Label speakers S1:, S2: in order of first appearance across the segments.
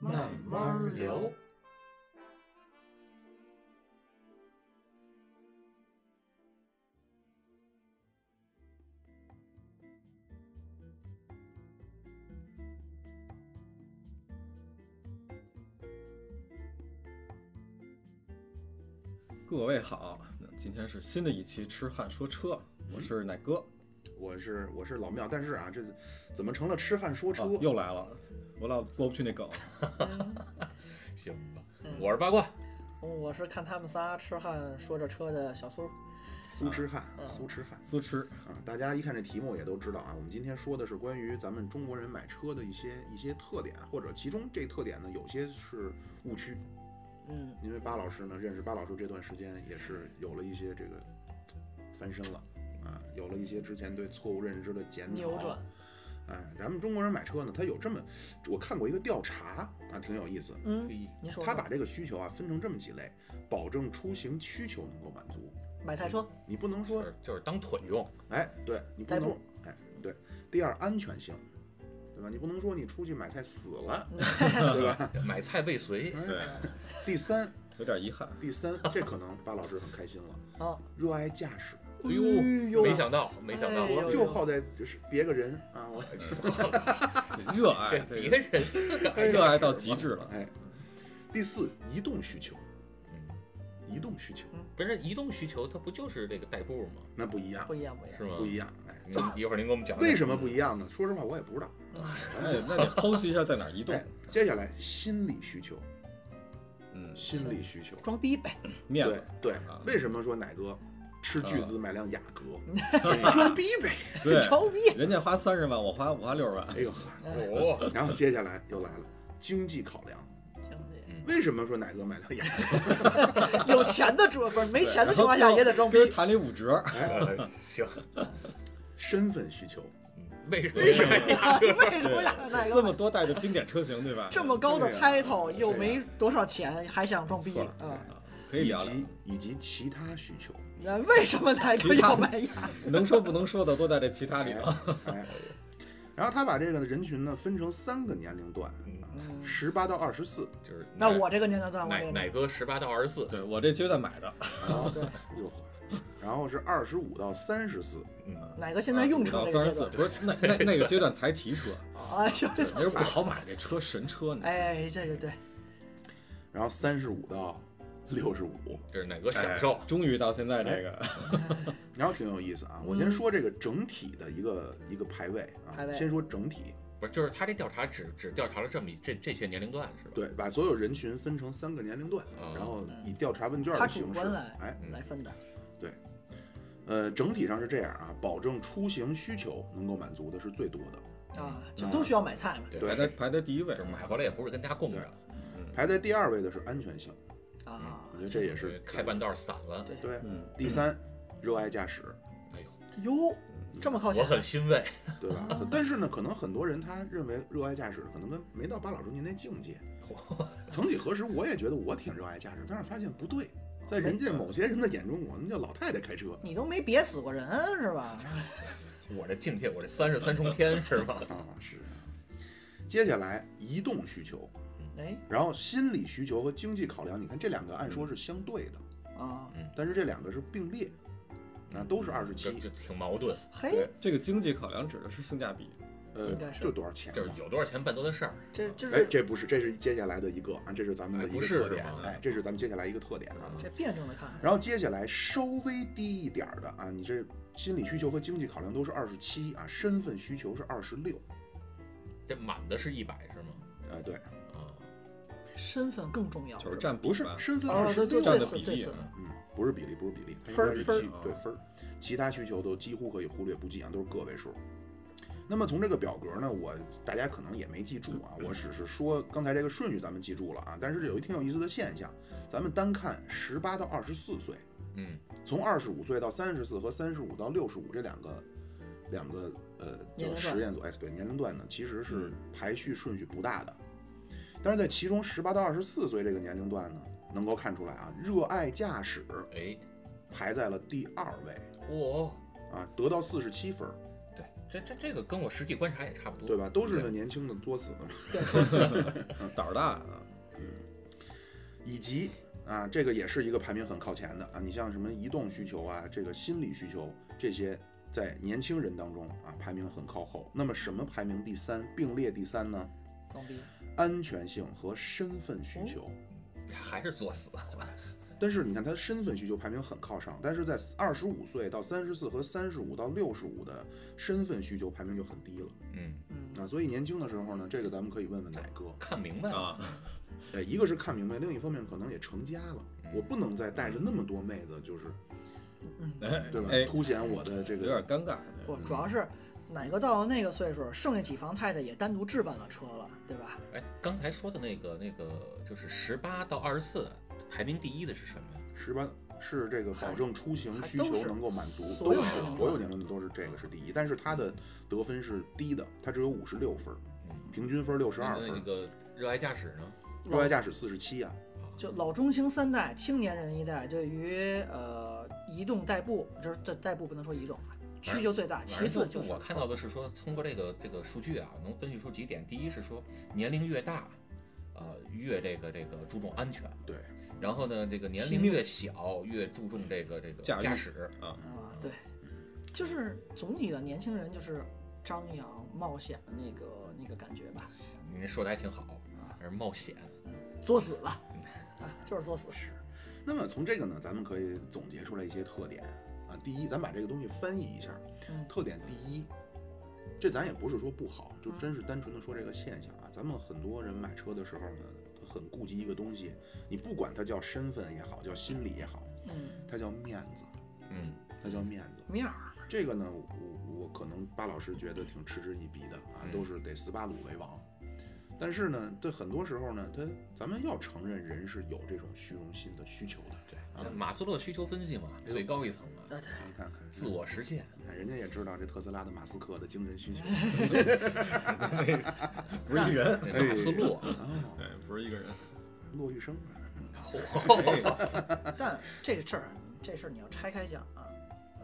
S1: 慢慢聊。
S2: 各位好，那今天是新的一期痴汉说车，我是奶哥，
S3: 我是我是老庙，但是啊，这怎么成了痴汉说车？
S2: 啊
S1: 哦
S2: 又来了，我老过不去那梗。
S1: 行吧， 我是八卦，
S4: 嗯我是看他们仨痴汉说着车的小苏，
S3: 苏痴汉，
S1: 嗯
S3: 苏痴汉
S2: 苏痴，
S3: 啊！大家一看这题目也都知道啊，我们今天说的是关于咱们中国人买车的一些一些特点，啊或者其中这特点呢，有些是误区。
S4: 嗯，
S3: 因为巴老师呢，认识巴老师这段时间也是有了一些这个翻身了啊，有了一些之前对错误认知的检讨。
S4: 扭转。
S3: 哎，咱们中国人买车呢，他有这么，我看过一个调查啊，挺有意思。
S4: 嗯，
S1: 嘿，
S4: 您说
S3: 他把这个需求啊分成这么几类，保证出行需求能够满足。
S4: 买菜车，
S3: 你不能
S1: 就
S3: 说
S1: 是就是当腿用，
S3: 哎，对你不
S4: 代
S3: 能
S4: 步，
S3: 哎，对。第二，安全性，对吧？你不能说你出去买菜死了，对吧？
S1: 买菜未遂，哎
S2: 对，
S3: 第三，
S2: 有点遗憾。
S3: 第三，这可能巴老师很开心了，
S4: 啊，
S3: 热爱驾驶，
S1: 哎呦，
S4: 呦
S1: 没想到，没想到，
S4: 哎呦
S1: 我
S3: 就好在就是别个人啊，我
S2: 热爱
S1: 别
S2: 这个，
S1: 人
S2: 热爱到极致了。
S3: 哎。第四，移动需求，移动需求
S1: 不是嗯移动需求，它不就是这个代步吗？
S3: 那不一样
S4: 不，一样，不一样
S1: 是。吗？
S3: 不一样，哎，
S1: 您。一会儿您给我们讲讲
S3: 为什么不一样呢？说实话，我也不知道。
S2: 那得那得剖析一下在哪儿移动
S3: 哎。，接下来心理需求，
S2: 嗯，
S3: 心理需求，
S4: 装逼呗，
S2: 面
S3: 对
S2: 子，
S3: 对
S2: 啊，
S3: 为什么说奶哥斥巨资买辆雅阁，
S1: 样？
S3: 装逼呗？
S2: 对，
S4: 装逼。
S2: 人家花三十万，我花我花六十万。
S3: 哎呦，
S1: 哦，
S3: 然后接下来又来了经济考量，
S4: 兄弟，
S3: 为什么说奶哥买辆雅阁？
S4: 有钱的主不是没钱的
S2: 然
S4: 情
S2: 后
S4: 况下也得装逼
S2: 跟。人谈了一五折，
S1: 呃行，
S3: 身份需求，
S1: 嗯为什么为什 么？
S4: 为什么呀？那
S2: 这
S4: 个
S2: 么多带着经典车型，对吧？
S4: 这么高的
S3: 对呀
S4: title 又没多少钱，还想装逼
S2: 错了
S4: 啊？
S2: 啊，可以
S3: 以
S2: 聊聊。
S3: 及以及其他需求，
S4: 那为什么大哥要买呀？
S2: 能说不能说的都在这其他里
S3: 哎
S2: 了。
S3: 哎。然后他把这个人群呢分成三个年龄段，
S4: 嗯
S3: 啊十八到二十四，
S1: 就是
S4: 那我这个年龄段，我
S1: 奶
S4: 这
S1: 奶
S4: 个
S1: 哥十八到二十四，
S2: 对我这阶段买的，
S4: 哦
S3: 哟然后是二十五到三十四，
S4: 哪个现在用车
S2: 到
S4: 这
S2: 三
S4: 个阶
S2: 十四，
S4: 段？
S2: 不是那那那个阶段才提车，
S4: 哎呦，
S2: 对那时候不好买这车神车呢。
S4: 哎，这个对，
S3: 然后三十五到六十五，
S1: 就是奶哥享受
S2: 哎，终于到现在这个，
S3: 然后挺有意思啊。我先说这个整体的一个、一个排位啊，
S4: 嗯排位
S3: 先说整体，
S1: 不是就是他这调查只只调查了这么一这这些年龄段是吧？
S3: 对，把所有人群分成三个年龄段，
S1: 哦
S3: 然后以调查问卷
S4: 嗯他
S3: 的
S4: 主
S3: 形式
S4: 观来，
S3: 哎，
S4: 来分的。
S3: 对，呃，整体上是这样啊，保证出行需求能够满足的是最多的，
S4: 啊，就都需要买菜嘛。
S2: 排在排在第一位
S1: 就是。买回来也不是跟家供着，
S4: 嗯
S3: 排在第二位的是安全性，
S4: 啊，
S3: 嗯我觉得这也是
S1: 开半道散了。
S4: 对
S3: 对。第三，嗯热爱驾驶，
S1: 哎呦，
S4: 哟，这么靠
S1: 我
S4: 前，
S1: 很欣慰，
S3: 对吧？ 但是呢，可能很多人他认为热爱驾驶可能跟没到巴老师您那境界。曾几何时，我也觉得我挺热爱驾驶，但是发现不对，在人家某些人的眼中，我们叫老太太开车。
S4: 你都没瘪死过人啊是吧？
S1: 我这境界，我这三十三重天是吧？
S3: 啊，是。接下来移动需求，
S4: 哎，
S3: 然后心理需求和经济考量，你看这两个按说是相对的，
S4: 啊，
S3: 但是这两个是并列，啊，都 是二十
S1: 这
S3: 七，
S4: 嗯
S1: 这挺矛盾，
S4: 嘿，
S2: 这个经济考量指的是性价比，
S3: 呃
S4: 应该，是
S3: 这多少钱
S1: 就是
S3: 嘛？
S1: 有多少钱办多大事儿。
S4: 这这
S3: 哎
S4: 是，
S3: 这不是，这是接下来的一个啊，这是咱们的
S1: 哎
S3: 一
S1: 不
S3: 个
S1: 是
S3: 特点
S1: 是吗，
S3: 哎，这是咱们接下来一个特点啊。
S4: 这辩证的看，
S3: 然后接下来稍微低一点儿的啊，你这心理需求和经济考量都是二十七啊，身份需求是二十六，
S1: 这满的是一百是吗？
S3: 呃，对，
S1: 啊，
S4: 身份更重要。
S2: 就是占比
S3: 不是
S2: 吧，
S3: 身份
S4: 哦
S3: 二，十六
S4: 对对，，
S2: 占
S4: 对
S2: 的
S4: 是
S2: 比
S4: 对
S2: 例
S4: 是
S2: 啊，
S3: 嗯，不是比例，不是比例，它应
S4: 分儿
S3: 该是
S4: 分儿
S3: 其对分儿，其他需求都几乎可以忽略不计啊，都是个位数。那么从这个表格呢，我大家可能也没记住啊，我只是说刚才这个顺序咱们记住了啊，但是有一挺有意思的现象，咱们单看十八到二十四岁，
S1: 嗯，
S3: 从二十五岁到三十四和三十五到六十五这两个两个呃叫
S4: 年龄段
S3: 实验组哎对年龄段呢，其实是
S2: 嗯
S3: 排序顺序不大的，但是在其中十八到二十四岁这个年龄段呢，能够看出来啊，热爱驾驶
S1: 哎，
S3: 排在了第二位
S1: 我
S3: 啊，得到四十七分儿，
S4: 嗯
S1: 对，这这这个跟我实际观察也差不多，
S3: 对吧？都是那
S1: 对
S3: 年轻的作死的嘛，
S2: 胆儿大啊，
S3: 以及啊，这个也是一个排名很靠前的啊。你像什么移动需求啊，这个心理需求这些，在年轻人当中啊排名很靠后。那么什么排名第三，并列第三呢？
S4: 装逼，
S3: 安全性和身份需求。
S1: 还是作死，
S3: 但是你看，他身份需求排名很靠上，但是在二十五岁到三十四和三十五到六十五的身份需求排名就很低了
S1: 嗯，
S4: 嗯，
S3: 啊。所以年轻的时候呢，这个咱们可以问问奶哥。
S1: 看明白了，
S2: 啊，
S3: 呃，一个是看明白，另一方面可能也成家了，我不能再带着那么多妹子，就是
S2: 哎，
S3: 对吧？
S2: 哎，
S3: 凸显我的这
S2: 有
S3: 个
S2: 点尴尬。
S4: 嗯不，主要是哪个到了那个岁数，剩下几房太太也单独置办了车了，对吧？
S1: 哎，刚才说的那个那个就是十八到二十四排名第一的是什么呀？
S3: 十八是这个保证出行需
S4: 还
S3: 求
S4: 都是
S3: 能够满足，
S4: 所
S3: 都
S4: 有
S3: 是
S4: 年龄
S3: 所有
S4: 段
S3: 年龄的都是这个是第一，但是它的得分是低的，它只有五十六分，
S1: 嗯，
S3: 平均分六十
S1: 那
S3: 二
S1: 那
S2: 嗯
S1: 那
S3: 分，
S1: 个热爱驾驶呢？
S3: 热
S4: 嗯
S3: 爱驾驶四十七啊，
S4: 就老中青三代，青年人一代对于呃移动代步，就是这代步不能说移动啊，需求最大，
S1: 反
S4: 其
S1: 正
S4: 次
S1: 就
S4: 就是
S1: 我看到的是说，通过这个这个数据啊，能分析出几点。第一是说，年龄越大，呃，越这个这个注重安全；
S3: 对，
S1: 然后呢，这个年龄越小，越注重这个这个
S2: 驾驭
S1: 驾驶。
S2: 啊，
S4: 啊，
S1: 嗯
S4: 对，就是总体的年轻人就是张扬冒险的那个那个感觉吧，
S1: 您说的还挺好，
S4: 啊
S1: 而冒险。
S4: 作死 了，啊，就是作死，
S3: 那么从这个呢，咱们可以总结出来一些特点啊。第一，咱把这个东西翻译一下，
S4: 嗯
S3: 特点第一，这咱也不是说不好，就真是单纯的说这个现象啊。咱们很多人买车的时候呢，他很顾及一个东西，你不管它叫身份也好，叫心理也好，
S4: 嗯，
S3: 它叫面子，
S1: 嗯，
S3: 它叫面子。
S4: 面
S1: 啊
S4: 儿，
S3: 这个呢，我我可能巴老师觉得挺嗤之以鼻的啊，
S1: 嗯
S3: 都是得斯巴鲁为王。但是呢，这很多时候呢，他咱们要承认人是有这种虚荣心的需求的。
S1: 对，
S4: 啊
S1: 马斯洛需求分析嘛，
S4: 哎
S1: 最高一层嘛，
S4: 啊，对，
S3: 你看看，
S1: 自我实现。
S3: 哎人家也知道这特斯拉的马斯克的精神需求。
S2: 不是一人，
S4: 哎
S1: 那马斯洛，啊
S3: 哦，
S2: 哎，不是一个人。
S3: 骆玉生，啊
S2: 哎
S4: 但这个事儿，啊这事儿你要拆开讲啊。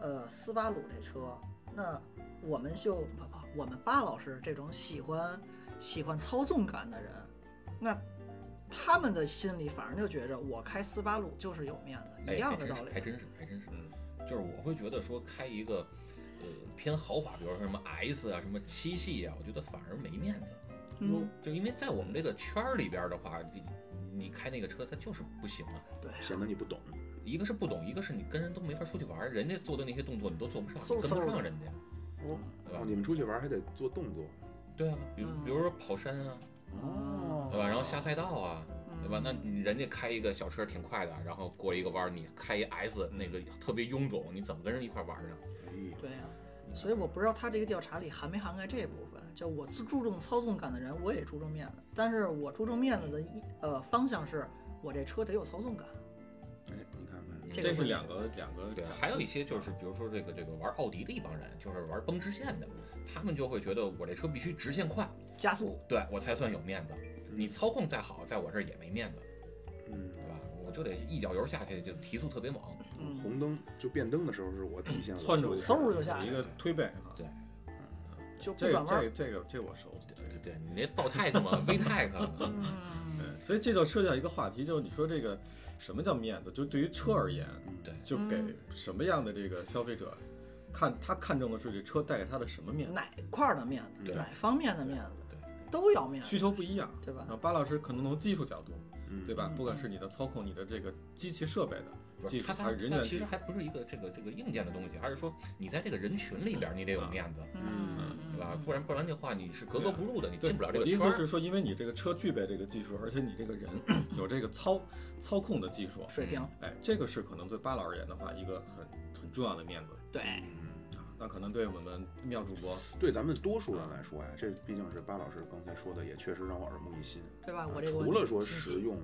S4: 呃，斯巴鲁这车，那我们就不不，我们巴老师这种喜欢喜欢操纵感的人，那他们的心里反而就觉着我开斯巴鲁就是有面子，
S1: 哎，还
S4: 一样的
S1: 真
S4: 道
S1: 是，
S4: 理。
S1: 还真是，还真是。
S2: 嗯
S1: 就是我会觉得说开一个，呃，偏豪华，比如说什么 S 啊，什么七系啊，我觉得反而没面子。
S4: 嗯，
S1: 就因为在我们这个圈儿里边儿的话，你你开那个车它就是不行啊。
S4: 对啊，
S3: 显得你不懂。
S1: 一个是不懂，一个是你跟人都没法出去玩儿，人家做的那些动作你都做不上，
S4: 嗖
S1: 你跟
S4: 嗖
S1: 不
S4: 的
S1: 上人家，
S3: 哦，
S1: 对吧？
S3: 你们出去玩还得做动作。
S1: 对啊，比如比如说跑山啊，
S4: 哦
S1: 对吧？然后下赛道啊，对吧？
S4: 嗯
S1: 那你人家开一个小车挺快的，然后过一个弯儿，你开一 S 那个特别臃肿，你怎么跟人一块儿玩儿呢？
S3: 哎
S4: 对呀、所以我不知道他这个调查里涵没涵盖这部分。就我是注重操纵感的人，我也注重面子，但是我注重面子的一呃方向是，我这车得有操纵感。
S3: 哎，你看看，
S4: 这个
S2: 这是
S4: 问题
S2: 两个两个
S1: 对啊
S2: 讲，
S1: 还有一些就是，比如说这个这个玩奥迪的一帮人，就是玩奔驰线的，他们就会觉得我这车必须直线快，
S4: 加速，
S1: 对我才算有面子。
S4: 嗯
S1: 你操控再好，在我这儿也没面子，
S3: 嗯，
S1: 对吧？我就得一脚油下去，就提速特别猛。
S4: 嗯，
S3: 红灯就变灯的时候是我体现了
S2: 窜出
S3: 我
S2: 去，
S3: 是
S4: 嗖就下
S2: 有
S4: 去
S2: 一个推背啊。
S1: 对
S4: 就不
S2: 这
S4: 转
S2: 个
S4: 弯
S2: 这
S4: 儿
S2: 个。这个这我熟。
S1: 对对对，你那爆泰克嘛，威泰克嘛，
S4: 嗯，
S2: 对，所以这就涉及到一个话题，就是你说这个什么叫面子？就对于车而言，
S3: 嗯
S1: 对
S2: 就给什么样的这个消费者看他看中的是这车带给他的什么面子，
S4: 嗯哪块儿的面子，
S1: 对
S4: 哪方面的面子
S1: 对，
S4: 都要面子，
S2: 需求不一样。
S4: 对吧
S2: 然？后巴老师可能从技术角度，
S3: 嗯
S2: 对吧？
S4: 嗯
S2: 不管是你的操控、你的这个机器设备的
S1: 不
S2: 技
S1: 是
S2: 术，
S1: 它
S2: 还
S1: 它
S2: 是人
S1: 它
S2: 员
S1: 其
S2: 技
S1: 实
S2: 术，
S1: 还不是一个这个这个硬件的东西，而是说你在这个人群里边儿你得有面子，
S4: 嗯，
S1: 对吧？不然不然的话你是格格不入的，你
S2: 对
S1: 进不了这
S2: 我
S1: 个
S2: 的意
S1: 圈
S2: 思
S1: 儿。
S2: 是说，因为你这个车具备这个技术，而且你这 个人有这个操操控的技
S4: 嗯
S2: 术，
S3: 嗯
S4: 水平，
S2: 哎，这个是可能对巴老而言的话，一个很很重要的面子。
S4: 对，
S3: 嗯
S2: 那可能对我们妙主播，
S3: 对咱们多
S4: 嗯
S3: 数人来说呀，这毕竟是巴老师刚才说的，也确实让我耳目一新。
S4: 对吧？
S3: 啊
S4: 我这个
S3: 除了说
S4: 亲戚
S3: 实用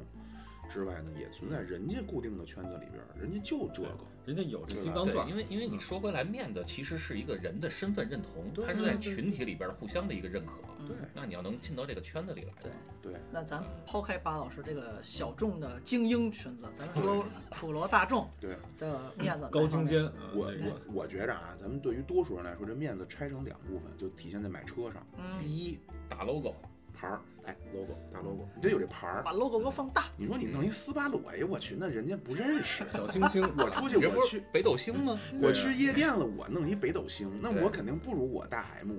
S3: 之外呢，也存在人家固定的圈子里边儿，人家就这个。
S2: 人家有这
S3: 对
S2: 金
S3: 吧
S2: 刚钻
S1: 对，，因为因
S2: 嗯
S1: 为你说回来，面子其实是一个人的身份认同，它是在群体里边儿互相的一个认可。
S4: 嗯
S3: 对
S1: 那你要能进到这个圈子里来，
S4: 对，
S3: 对，嗯
S4: 那咱抛开巴老师这个小众的精英群子，咱们说普罗大众
S3: 对
S4: 的呃面子，
S2: 高精尖，
S1: 嗯
S3: 我
S2: 啊这个
S3: 我我觉着啊，咱们对于多数人来说，这面子拆成两部分，就体现在买车上。第
S4: 嗯，
S3: 一
S1: 打 logo，
S3: 牌儿，哎，logo 大 logo，你得有这牌儿
S4: 把。logo 给我放大，
S3: 你说你弄一斯巴鲁，哎呦我去，那人家不认识。
S2: 小清新，
S3: 我出去
S1: 你这不
S3: 我
S1: 是
S3: 去
S1: 北斗星吗？
S3: 我去夜店了，我弄一北斗星，那
S1: 对
S3: 我肯定不如我大 M。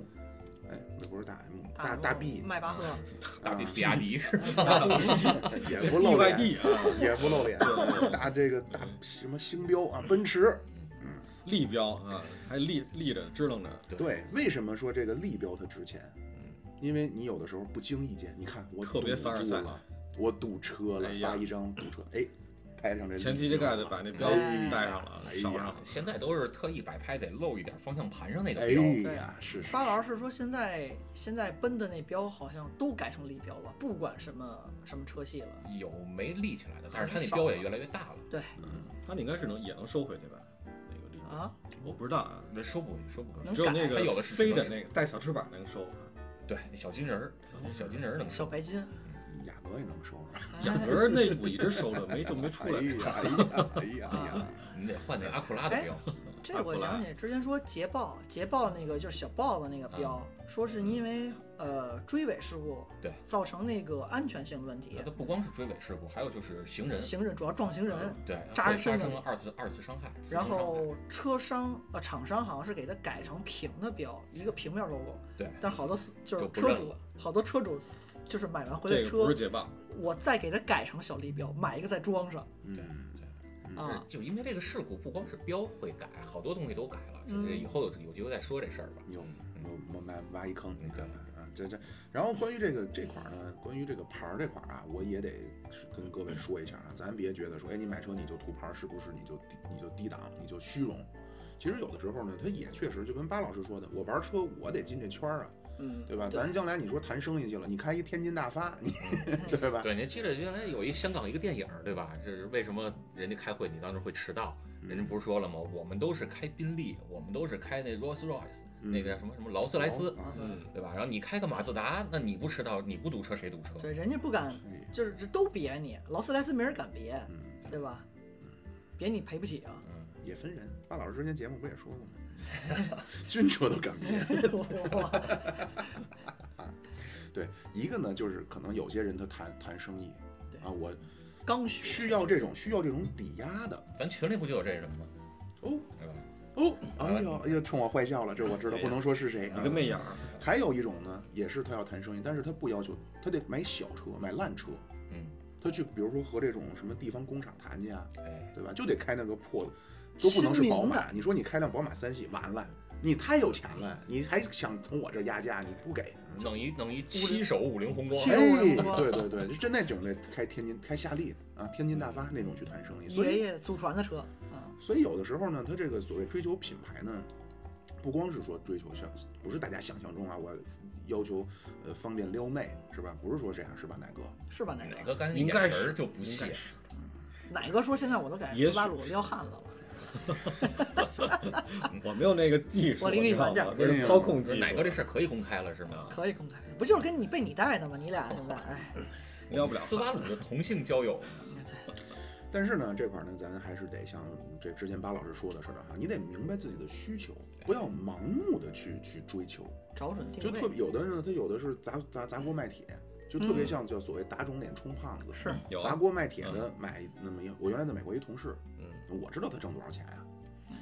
S3: 哎，那不是大 M，大大 B，
S4: 迈巴赫，
S2: 嗯
S1: 打比
S3: 啊
S1: 比亚迪是吧？
S3: 也不露脸，
S2: BYD 啊，
S3: 也不露脸。大这个大什么星标啊，奔驰。
S2: 立标啊，还立立着支棱着，
S3: 对，为什么说这个立标它值钱？因为你有的时候不经意间，你看我
S2: 嗯特别
S3: 堵
S2: 凡尔
S3: 住
S2: 赛
S3: 了，我堵车了
S2: 哎，呀
S3: 发一张堵车，哎，拍上这
S2: 前
S3: 立
S2: 提这
S3: 标
S2: 盖子
S3: 了
S2: 把那标
S3: 哎
S2: 带上了
S3: 哎，
S2: 捎
S3: 呀
S2: 上了，
S1: 现在都是特意摆拍得露一点方向盘上那个
S3: 哎
S1: 标，
S3: 呀，是是
S4: 巴老师说现在现在奔的那标好像都改成立标了，不管什么什么车系了。
S1: 有没立起来的，但是它
S4: 很
S1: 那
S4: 少
S1: 标也
S4: 了
S1: 越来越大了。
S4: 对
S2: 他那应该是能也能收回对吧？那个立标，
S4: 啊，
S2: 我不知道啊，
S1: 那收不收不回
S4: 能啊
S2: 只有那
S1: 改它有
S2: 个
S1: 的是
S2: 飞
S1: 什么
S2: 的那个带小翅膀那个收，啊
S1: 对，那小金人儿，小金人儿能
S4: 小白金，哎
S3: 雅阁也能收拾。
S2: 雅阁内部一直收着，没就没出
S3: 哎
S2: 来。
S3: 呀，哎呀，哎呀，哎 呀！
S1: 你得换那阿库拉的
S4: 哎
S1: 标。
S4: 这我想起之前说捷豹，捷豹那个就是小豹子那个标，说是因为呃追尾事故，
S1: 对，
S4: 造成那个安全性问题
S1: 它，不光是追尾事故，还有就是行人，
S4: 行人主要撞行人，
S1: 对，
S4: 扎
S1: 会
S4: 人身
S1: 发
S4: 上
S1: 生了二次二次伤害，次
S4: 然
S1: 生伤害
S4: 后车商呃厂商好像是给它改成平的标，一个平面 logo，
S1: 对，
S4: 但好多司就是
S1: 就不
S4: 车
S1: 认
S4: 主
S1: 了，
S4: 好多车主就是买完回来
S2: 这个
S4: 车
S2: 不是，捷豹，
S4: 我再给它改成小立标，买一个再装上
S3: 嗯
S1: 对，对。
S4: 啊。
S1: 就因为这个事故，不光是标会改，好多东西都改了。就
S4: 嗯
S1: 是以后有有机会再说这事儿吧。
S3: 有
S1: 嗯
S3: 我我们来挖一坑，你
S1: 嗯
S3: 看看啊，这这，然后关于这个这块儿呢，关于这个牌儿这块儿啊，我也得跟各位说一下啊，咱别觉得说，哎，你买车你就图牌儿，是不是你就低你就低档，你就虚荣？其实有的时候呢，它也确实就跟巴老师说的，我玩车我得进这圈儿啊，
S4: 嗯，
S3: 对吧？咱将来你说谈生意去了，你开一天津大发，你 对吧？
S1: 对，您记得原来有一香港一个电影儿，对吧？这是为什么人家开会你当时会迟到？人家不是说了吗？我们都是开宾利，我们都是开那 Rolls Royce，、那
S3: 嗯
S1: 个叫什么什么劳斯莱斯，
S3: 啊，
S2: 嗯，
S1: 对吧？然后你开个马自达，那你不迟到，你不堵车谁堵车？
S4: 对，人家不敢，就是这都别你，劳斯莱斯没人敢别，
S3: 嗯，
S4: 对吧？别你赔不起啊！
S1: 嗯，
S3: 也分人。巴老师之前节目不也说过吗？ 军车都敢别。
S4: 哇
S3: 对，一个呢就是可能有些人他谈谈生意
S4: 对。
S3: 啊，我
S4: 刚需
S3: 需要这种需要这种抵押的
S1: 咱群里不就有这人吗？
S3: 哦
S1: 对吧？
S3: 哦，哎呦哎呦，冲我坏笑了，这我知道，不能说是谁。啊
S2: 一个媚眼儿，
S3: 还有一种呢，也是他要谈生意，但是他不要求，他得买小车，买烂车，
S1: 嗯，
S3: 他去比如说和这种什么地方工厂谈去啊，
S1: 哎，
S3: 对吧？就得开那个破的，都不能是宝马。你说你开辆宝马三系，完了，你太有钱了，你还想从我这压价，你不给。啊
S1: 弄一弄一七手五菱宏光，
S4: 哎
S3: 哎
S4: 我，
S3: 对对对，就那种的开天津开夏利啊，天津大发那种去谈生意，所
S4: 爷
S3: 以
S4: 爷祖传的车啊，
S3: 所以有的时候呢，他这个所谓追求品牌呢，不光是说追求像，不是大家想象中啊，我要求呃方便撩妹是吧？不是说这样是吧，奶哥？
S4: 是吧？哪
S1: 哪
S4: 个
S1: 个刚才
S2: 啊应该
S1: 眼
S2: 是
S1: 神儿就不
S2: 应该
S1: 屑？
S2: 是
S4: 哪个说现在我都改
S2: 也
S4: 斯巴
S2: 许
S4: 鲁撩汉子了？
S2: 我没有那个技术，
S4: 我离你
S2: 知道
S4: 远点
S2: 吗
S4: 儿
S2: 这是操控技术。
S1: 奶哥这事儿可以公开了是吗？
S4: 可以公开，不就是跟你被你带的吗？你俩现 在哎，
S2: 要不了
S1: 斯巴鲁的同性交友，
S3: 但是呢，这块儿呢，咱还是得像这之前巴老师说的似的哈，你得明白自己的需求，不要盲目的去去追求。
S4: 找准
S3: 就
S4: 定
S3: 特
S4: 位
S3: 别有的呢，他有的是砸砸砸锅卖铁，就特别像叫所谓打肿脸充胖子，
S4: 嗯是
S2: 有啊
S3: 砸锅卖铁的买那么一个。我原来在美国一同事，
S2: 嗯，
S3: 我知道他挣多少钱啊，
S4: 嗯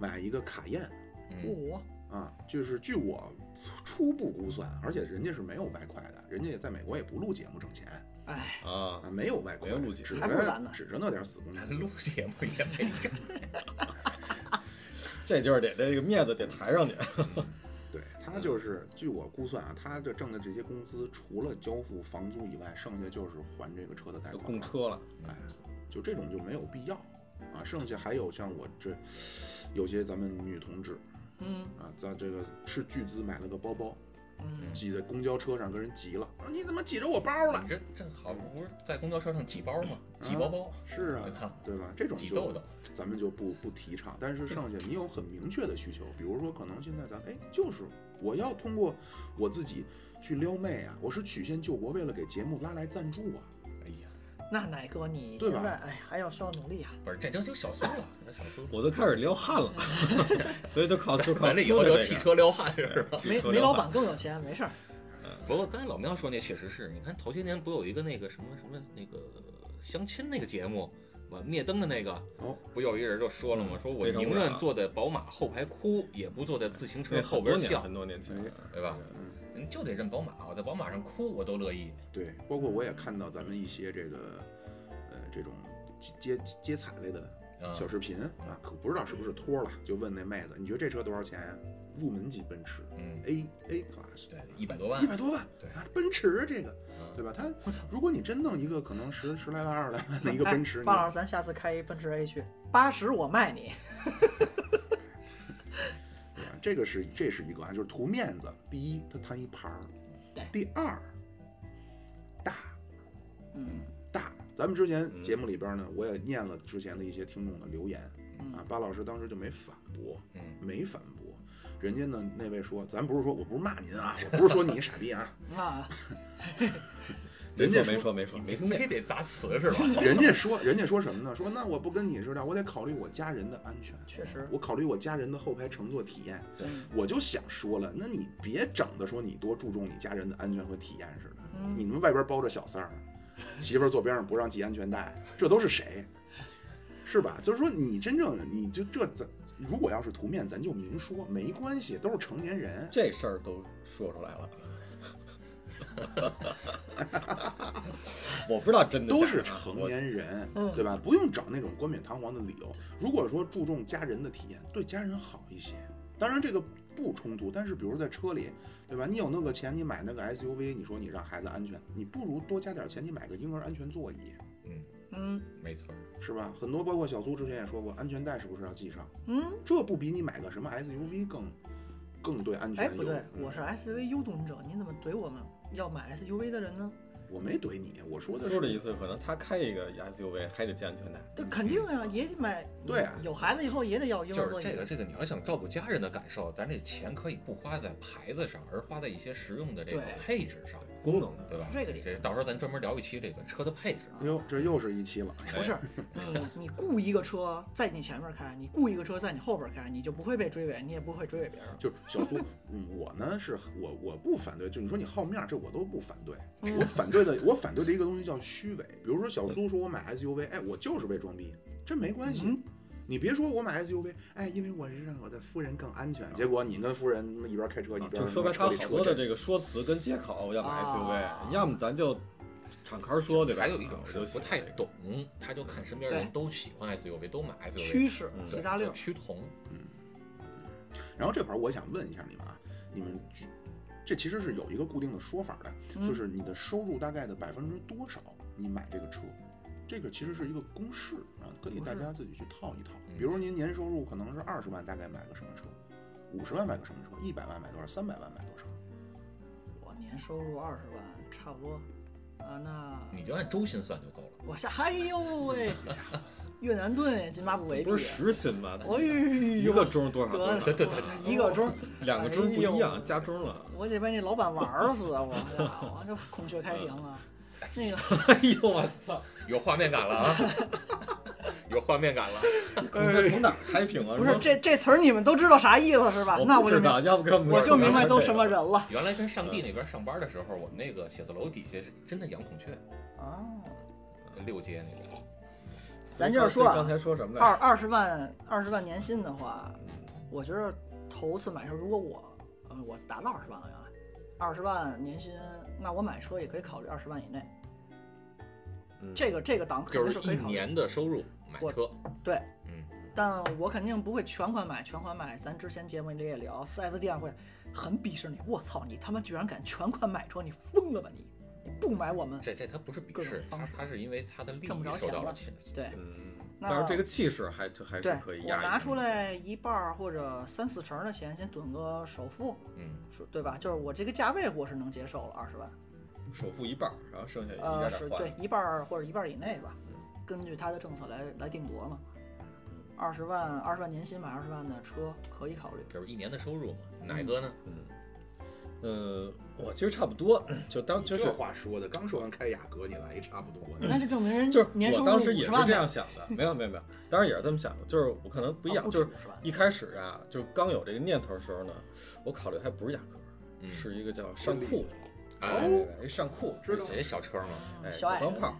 S3: 买一个卡宴
S1: 嗯，
S4: 五
S3: 啊，就是据我初初步估算，而且人家是没有外快的，人家也在美国也不录节目挣钱
S4: 哎，
S2: 啊
S3: 啊，，没有外快，
S2: 没有录节目
S3: 指
S4: 还不如咱呢
S3: 着指着那点死工资。
S1: 录节目也没干。
S2: 这就是得这个面子得抬上去。
S3: 对他就是，据我估算啊，他这挣的这些工资，除了交付房租以外，剩下就是还这个车的贷
S2: 就
S3: 款
S2: 供
S3: 了。
S2: 车了，
S3: 哎，就这种就没有必要啊。剩下还有像我这有些咱们女同志
S4: 嗯
S3: 啊，在这个斥巨资买了个包包，
S4: 嗯
S3: 挤在公交车上跟人急了，啊你怎么挤着我包了
S1: 你？这正好不是在公交车上挤包吗？挤包包，
S3: 是啊
S1: 对吧，
S3: 对吧？这种
S1: 挤
S3: 就
S1: 痘痘，
S3: 咱们就不不提倡。但是剩下你有很明确的需求，比如说可能现在咱哎就是我要通过我自己去撩妹啊，我是曲线救国，为了给节目拉来赞助啊。
S1: 哎呀，
S4: 那奶哥你
S3: 对
S4: 现
S3: 吧
S4: 在哎还要需要努力啊。
S1: 不是这就就小苏了，这小苏，
S2: 我都开始撩汉了，所以就靠就靠
S1: 完了以
S2: 撕
S1: 后
S2: 了这
S1: 就
S2: 个
S1: 汽车撩汉是吧？
S2: 汽
S4: 煤
S2: 车
S4: 煤
S2: 撩
S4: 老
S2: 汉
S4: 板更有钱，没 事儿。
S1: 不过刚才老喵说那确实是，你看头些年不有一个那个什么什么那个相亲那个节目嘛，灭灯的那个，
S3: 哦，
S1: 不有一人就说了吗？
S2: 嗯
S1: 说我
S2: 非诚
S1: 宁
S2: 勿扰
S1: 愿坐在宝马后排哭，也不坐在自行车
S2: 那
S1: 后
S2: 很多
S1: 边
S2: 年
S1: 笑
S2: 很，多年前了，
S1: 对吧？
S3: 嗯，
S1: 你就得认宝马，我在宝马上哭我都乐意。
S3: 对，包括我也看到咱们一些这个呃这种接接接彩类的
S1: 啊，
S3: 小视频啊，可不知道是不是托了，就问那妹子，你觉得这车多少钱呀、入门级奔驰
S1: 嗯，
S3: A A class，啊
S1: 对，一百多万
S3: 一，百多万，
S1: 对
S3: 啊，奔驰啊这个，
S1: 嗯
S3: 对吧？它
S4: 我操
S3: 如果你真弄一个可能十十来万、二十来万的一个奔驰，
S4: 哎
S3: 你
S4: 巴老师，咱下次开一奔驰 A 去，八十我卖你。
S3: 对吧这个是这是一个啊，就是图面子。第一，它摊一盘
S4: 对
S3: 儿；第二，大
S4: 嗯
S3: 大。咱们之前节目里边呢，我也念了之前的一些听众的留言啊
S4: 嗯，
S3: 巴老师当时就没反驳，
S1: 嗯，
S3: 没反驳。人家呢，那位说，咱不是说我不是骂您啊，我不是说你傻逼啊，
S4: 啊，
S2: 没
S3: 人
S2: 错
S3: 家
S2: 没，说没说
S1: 你
S2: 没
S1: 没
S2: 说，
S1: 非得砸词是吧？
S3: 人家说，人家说什么呢？说那我不跟你似的，我得考虑我家人的安全，
S4: 确实，
S3: 我考虑我家人的后排乘坐体验。
S4: 嗯
S3: 我就想说了，那你别整的说你多注重你家人的安全和体验似的，
S4: 嗯
S3: 你们外边包着小三儿，媳妇儿坐边上不让系安全带，这都是谁？是吧？就是说你真正你就这咱如果要是图面，咱就明说，没关系，都是成年人。
S2: 这事儿都说出来了。我不知道真的
S3: 都
S2: 假
S3: 是
S2: 的啊
S3: 成
S2: 我
S3: 年人
S4: 嗯，
S3: 对吧？不用找那种冠冕堂皇的理由。如果说注重家人的体验，对家人好一些，当然这个不冲突。但是比如在车里，对吧？你有那个钱，你买那个 SUV，你说你让孩子安全，你不如多加点钱，你买个婴儿安全座椅，
S1: 嗯，
S4: 嗯
S1: 没错儿，
S3: 是吧？很多包括小苏之前也说过，安全带是不是要系上？
S4: 嗯，
S3: 这不比你买个什么 SUV 更更对安全
S4: 哎，
S3: 有？
S4: 不对，
S3: 嗯
S4: 我是 SUV 拥趸者，你怎么怼我们要买 SUV 的人呢？
S3: 嗯我没怼你，我说的
S2: 说的
S3: 是
S2: 意思，可能他开一个 SUV 还得系安全带，
S4: 这肯定呀，也得买。
S3: 对啊
S4: 有孩子以后也得要婴
S1: 就
S4: 儿座
S1: 是
S4: 椅。
S1: 这个这个，你要想照顾家人的感受，咱这钱可以不花在牌子上，而花在一些实用的这个
S4: 对
S1: 配置上，
S2: 功能的。
S1: 对吧？
S4: 这个理
S1: 这到时候咱专门聊一期这个车的配置。
S3: 哟，这又是一期了。
S4: 不是你，你雇一个车在你前面开，你雇一个车在你后边开，你就不会被追尾，你也不会追尾别人。
S3: 就是小苏，嗯，我呢是我我不反对，就你说你好面儿，这我都不反对。我反对的我反对的一个东西叫虚伪，比如说小苏说我买 SUV，哎，我就是为装逼，这没关系。
S4: 嗯
S3: 你别说我买 SUV，哎，因为我是让我的夫人更安全。结果你跟夫人一边开车一边
S2: 啊就说白，他
S3: 车
S2: 好
S3: 里
S2: 多的
S3: 车
S2: 这个说辞跟接口，要买 SUV，
S4: 啊
S2: 要么咱就敞开说，对吧？
S1: 还有一种
S2: 啊我
S1: 是
S2: 就
S1: 不
S2: 喜欢
S1: 太
S2: 这个
S1: 懂，他就看身边人都喜欢 SUV，都买 SUV，
S4: 趋势
S2: 嗯
S4: 随
S1: 对
S4: 大溜
S1: 就，趋同，
S3: 然后这块儿我想问一下你们啊，你们举这其实是有一个固定的说法的，
S4: 嗯
S3: 就是你的收入大概的百分之多少，你买这个车，这个其实是一个公式啊，可以大家自己去套一套。
S1: 嗯
S3: 比如您年收入可能是二十万，大概买个什么车，五十万买个什么车，一百万买多少，三百万买多少。
S4: 我年收入二十万，差不多啊。那
S1: 你就按周薪算就够了。
S4: 我下，哎呦喂，越南盾、津巴布韦币，
S2: 不是实心吗？
S4: 哎呦，
S2: 一个钟多少多
S4: 得
S2: 少？
S1: 对对对
S4: 对，一个钟，
S2: 两个钟不一
S4: 哎呦
S2: 样，加钟了。
S4: 我得把你老板玩儿死啊！我我 这孔雀开屏啊，那个
S2: 哎呦我操！
S1: 有画面感了啊， 有画面感了。
S2: 孔雀从哪儿开屏啊？
S4: 哎不是这这词儿你们都知道啥意思是吧？
S2: 我
S4: 那
S2: 不
S4: 我就
S2: 知
S4: 明
S2: 道，要不给我们
S4: 我
S2: 这
S4: 就
S2: 儿
S4: 明白
S2: 聊
S4: 都
S2: 这
S4: 什
S2: 个
S4: 么人了
S1: 原来跟上
S2: 嗯
S1: 帝那边上班的时候，我们那个写字楼底下是真的养孔雀，呃
S4: 啊！
S2: 嗯
S1: 六街那个。
S4: 咱就是说
S2: 刚
S4: 啊，
S2: 才说什么来
S4: 二
S2: 着？
S4: 二十万二十万年薪的话，
S2: 嗯
S4: 我觉得头次买车，如果我呃我达到二十万了原来，二十万年薪，那我买车也可以考虑二十万以内。
S2: 嗯
S4: 这个这个档肯
S1: 就
S4: 定
S1: 是
S4: 可
S1: 一
S4: 以考虑，
S1: 年的收入买车，
S4: 对，
S1: 嗯，
S4: 但我肯定不会全款买，全款买，咱之前节目里也聊，4S 店会很鄙视你，我操，你他妈居然敢全款买车，你疯了吧你？不买我们
S1: 这这他不是鄙
S4: 各种
S1: 视，
S4: 方
S1: 他
S4: 式
S1: 他是因为他的利益
S4: 挣不着
S1: 受
S4: 钱
S1: 到
S4: 了
S1: 了侵
S4: 对
S2: 嗯，
S4: 那
S2: 但是这个气势还这还是
S4: 对
S2: 可以
S4: 我
S2: 压抑的。
S4: 拿出来一半儿或者三四成的钱，先囤个首付，
S1: 嗯，
S4: 是对吧？就是我这个价位我是能接受了，二十万，
S2: 首付一半儿，然后剩下一
S4: 呃，
S2: 点嗯
S4: 是
S2: 点还。
S4: 对一半儿或者一半儿以内吧，根据他的政策来来定夺嘛。
S2: 嗯
S4: 二十万，二十万年薪买二十万的车可以考虑。
S1: 就是一年的收入嘛。哪
S4: 嗯
S1: 个呢？
S2: 嗯呃，我其实差不多，就当啊就是
S3: 这话说的，刚说完开雅阁，你来一差不多的。
S4: 那就证明人
S2: 嗯就是
S4: 年收
S2: 我
S4: 入
S2: 当
S4: 五
S2: 时也
S4: 十
S2: 是
S4: 万
S2: 这
S4: 呗，
S2: 样想的，没有没有没有，当然也是这么想的，就是我可能不一样，
S4: 啊
S2: 就是
S4: 不止50万
S2: 一开始啊，就是刚有这个念头的时候呢，我考虑还不是雅阁，
S1: 嗯，
S2: 是一个叫尚酷的，哎
S4: 哦
S1: 哎，，
S2: 一尚酷，
S3: 知道
S1: 谁小车嘛？
S2: 哎，
S4: 小
S2: 小
S4: 矮
S2: 钢
S4: 人
S2: 炮。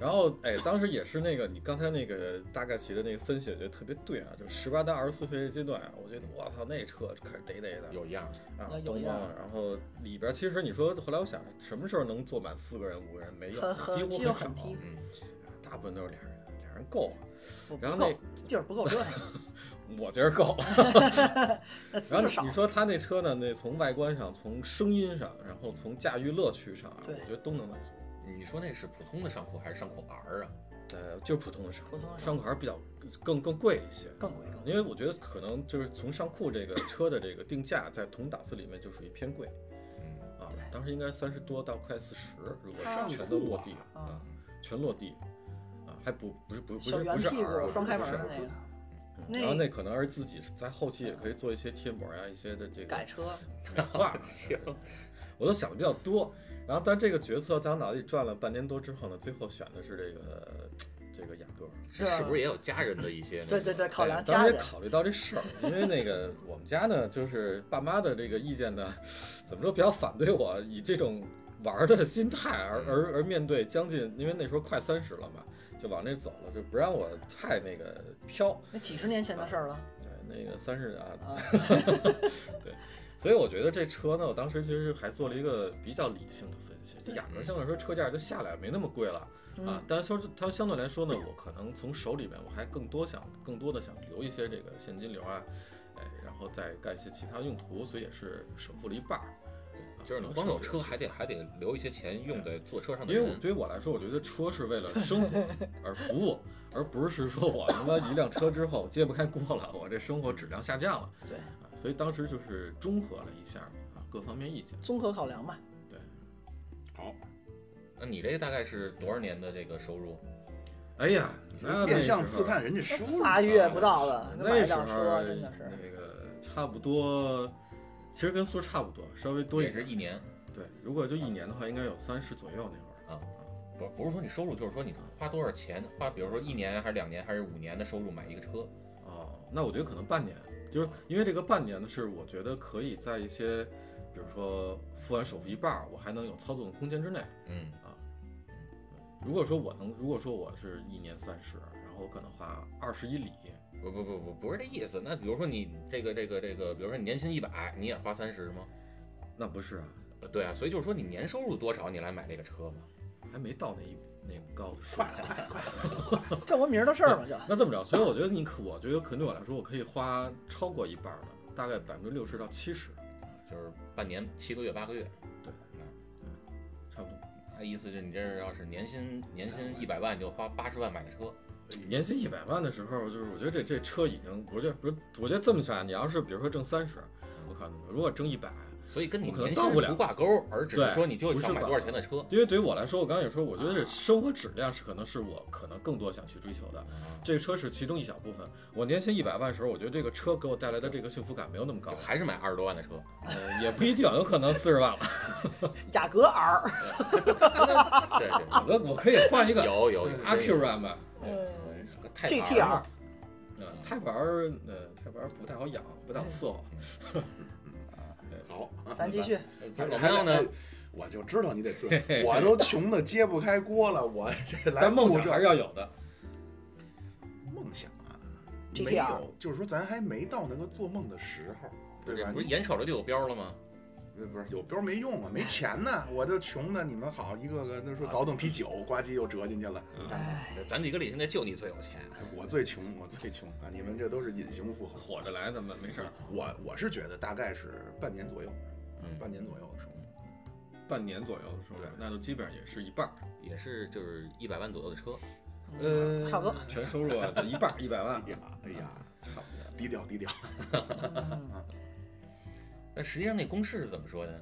S2: 然后，哎，当时也是那个你刚才那个大概其的那个分析，我觉得特别对啊，就十八到二十四岁这阶段啊，我觉得我操那车开始逮逮的，
S1: 有样儿，
S2: 啊
S4: 那有
S2: 灯
S4: 样
S2: 光，然后里边其实你说后来我想，什么时候能坐满四个人五个人没有
S4: 很，很
S2: 几
S4: 几乎
S2: 乎很
S4: 很
S2: 少，
S4: 低
S1: 嗯，
S2: 大部分都是俩人，俩人够了。
S4: 不不
S2: 然后
S4: 够，就是不够折腾。
S2: 那我觉得够了。
S4: 那姿
S2: 然
S4: 势
S2: 后
S4: 少
S2: 你，说他那车呢？那从外观上，从声音上，然后从驾驭乐趣上啊，我
S4: 对
S2: 觉得都能满足。
S1: 你说那是普通的上酷还是上酷 R 啊？
S2: 呃，就是普通的商
S4: 普通的
S2: 商
S4: 商
S2: 库还是比较更更贵一些，
S4: 更贵更贵
S2: 因为我觉得可能就是从尚酷这个车的这个定价，在同档次里面就属于偏贵
S1: 嗯，
S2: 啊
S4: 对。
S2: 当时应该三十多到快四十，如果
S4: 它
S2: 是全都落地
S4: 啊
S2: 啊，全落地啊，还不不是不是不
S4: 小
S2: 是
S4: 圆
S2: 不是
S4: 屁
S2: R，
S4: 股双开门
S2: 不
S4: 的
S2: 是
S4: 那个
S2: 嗯
S4: 那
S2: 然后那可能是自己在后期也可以做一些贴膜啊呀，一些的这个
S4: 改车，
S2: 美化
S1: 行，
S2: 我都想的比较多。然后，但这个决策在我脑子里转了半年多之后呢，最后选的是这个这个雅阁。
S1: 是
S4: 是啊
S1: 是不是也有家人的一些？
S4: 对对，对，考量
S2: 哎
S4: 家
S2: 当时也
S4: 人，
S2: 考虑到这事儿，因为 那个我们家呢，就是爸妈的这个意见呢，怎么说比较反对我以这种玩儿的心态
S4: 嗯
S2: 而而而面对将近，因为那时候快三十了嘛，就往那走了，就不让我太那个飘。
S4: 那几十年前的事儿了
S2: 对，那个三十啊，
S4: 啊。
S2: 所以我觉得这车呢，我当时其实还做了一个比较理性的分析。这雅阁
S1: 嗯
S2: 相对来说车价就下来了，没那么贵了啊
S4: 嗯。
S2: 但是说它相对来说呢，我可能从手里面我还更多想更多的想留一些这个现金流啊，哎，然后再干一些其他用途，所以也是首付了一半儿。啊
S1: 就是你光有车，还得还得留一些钱用在坐车上
S4: 嗯
S1: 的
S2: 因为我
S1: 人。
S2: 对于我来说，我觉得车是为了生 活而服务，而不是说我他妈一辆车之后揭不开锅了，我这生活质量下降了
S4: 对，
S2: 啊。所以当时就是综合了一下啊各方面意见。
S4: 综合考量吧。
S5: 好，
S1: 那你这大概是多少年的这个收入？
S2: 哎呀，那
S3: 变相
S2: 那时
S3: 刺
S2: 候
S3: 探人家收入啊
S4: 仨月不到了，啊那买
S2: 那
S4: 一
S2: 时候
S4: 辆车真的是
S2: 那个差不多，其实跟苏差不多，稍微多一
S1: 也
S2: 点
S1: 是一年
S2: 对，如果就一年的话，应该有三十左右那会儿。
S1: 啊，不是不是说你收入，就是说你花多少钱，花比如说一年还是两年还是五年的收入买一个车，
S2: 哦，那我觉得可能半年，就是因为这个半年呢，是我觉得可以在一些，比如说付完首付一半儿，我还能有操作的空间之内。
S1: 嗯，
S2: 如果说我能，如果说我是一年三十，然后我可能花二十一里，
S1: 不不不不不是这意思。那比如说你这个这个这个，比如说你年薪一百，你也花三十吗？
S2: 那不是啊，
S1: 呃对啊，所以就是说你年收入多少，你来买这个车嘛。
S2: 还没到那一那个高的数。
S3: 快了快了快了，
S2: 嗯
S4: 这我明儿的事儿嘛，就
S2: 那这么着，所以我觉得你可，我觉得可能对我来说，我可以花超过一半儿的，大概百分之六十到七十，
S1: 就是半年七个月八个月，
S2: 差不多。
S1: 他意思是你这要是年薪年薪一百万，你就花八十万买个车，
S2: 呃年薪一百万的时候，就是我觉得这这车已经，我觉得不是，我觉得这么想，你要是比如说挣三十，我靠，如果挣一百，
S1: 所以跟你
S2: 我可能
S1: 年薪
S2: 到不了
S1: 不挂钩，而只是
S2: 对
S1: 说你就
S2: 不是
S1: 想买
S2: 挂
S1: 多少
S2: 钩
S1: 钱的车。
S2: 因为对于我来说，我刚才也说，我觉得这生活质量是可能是我可能更多想去追求的。
S1: 啊啊
S2: 这车是其中一小部分。我年薪一百万的时候，我觉得这个车给我带来的这个幸福感没有那么高
S1: 就，还是买二十多万的 车，
S2: 呃也不一定，有可能四十万了。
S4: 雅阁 R，
S1: 对对，
S2: 我我可以换一个
S1: 有有有
S2: 阿 Q
S1: 啊，
S2: 版吧，
S4: 嗯
S1: 太太
S4: ，GT R，
S1: 嗯
S2: 呃，胎盘儿，呃，胎盘儿不太好养，不太好伺候。
S1: 嗯
S5: 好，
S2: 嗯
S4: 咱继续。
S1: 呃不是老庙呢
S3: 哎？我就知道你得 刺，我都穷的揭不开锅了，我这来
S2: 但梦想
S3: 录这
S2: 还是要有的。
S3: 梦想啊，没
S4: GTR
S3: 有，就是说咱还没到能够做梦的时候，对吧？
S1: 这不是
S3: 你
S1: 眼瞅着就有标了吗？
S3: 不是有标没用啊，没钱呢，我就穷的，你们好一个个那说倒腾啤酒，呱唧又折进去了。
S4: 哎，
S1: 咱几个里现在就你最有钱，
S3: 我最穷，我最穷啊！你们这都是隐形富豪。
S2: 火着来，咱们没事儿。
S3: 我我是觉得大概是半年左右，
S1: 嗯
S3: 半年左右的时候，
S2: 半年左右的时候
S1: 对，
S2: 那就基本上也是一半儿，
S1: 也是就是一百万左右的车，
S2: 呃，
S4: 差不多。
S2: 全收入的 一半儿，一百万
S3: 哎，呀，哎呀，
S2: 差不多。
S3: 低调低调。
S4: 嗯
S1: 但实际上那公式是怎么说呢？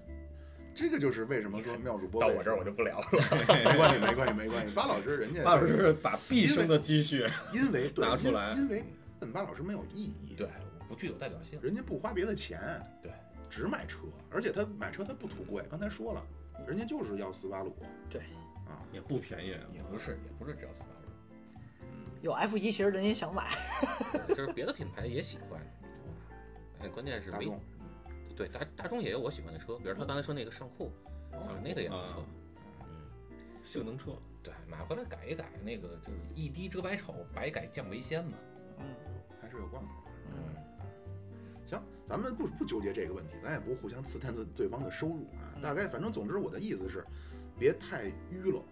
S3: 这个就是为什么说妙主播
S2: 到我这儿我就不聊了，
S3: 没关系，没关系，没关系。巴老师人家
S2: 那是把毕生的积蓄，
S3: 因为对
S2: 拿出
S3: 因
S2: 来
S3: 因为问巴老师没有意义。
S1: 对，不具有代表 性。
S3: 人家不花别的钱，
S1: 对，
S3: 只买车，而且他买车他不图贵，刚才说了，人家就是要斯巴鲁，
S4: 对，
S3: 啊，嗯
S2: 也不便宜，
S1: 也不是，也不是只要斯巴鲁，
S4: 有 F 一，其实人也想买，
S1: 就是别的品牌也喜欢。哎，关键是
S3: 大
S1: 没
S3: 众，
S1: 对大大众也有我喜欢的车，比如他刚才说那个尚酷，啊，那个也不错
S2: 啊。
S1: 嗯，
S2: 性能车。
S1: 对，买回来改一改，那个就是一滴遮百丑，百改降为先嘛。
S3: 还是有逛头。
S4: 嗯，
S3: 行，咱们不不纠结这个问题，咱也不互相刺探自对方的收入啊。
S4: 嗯
S3: 大概反正总之我的意思是，别太淤了，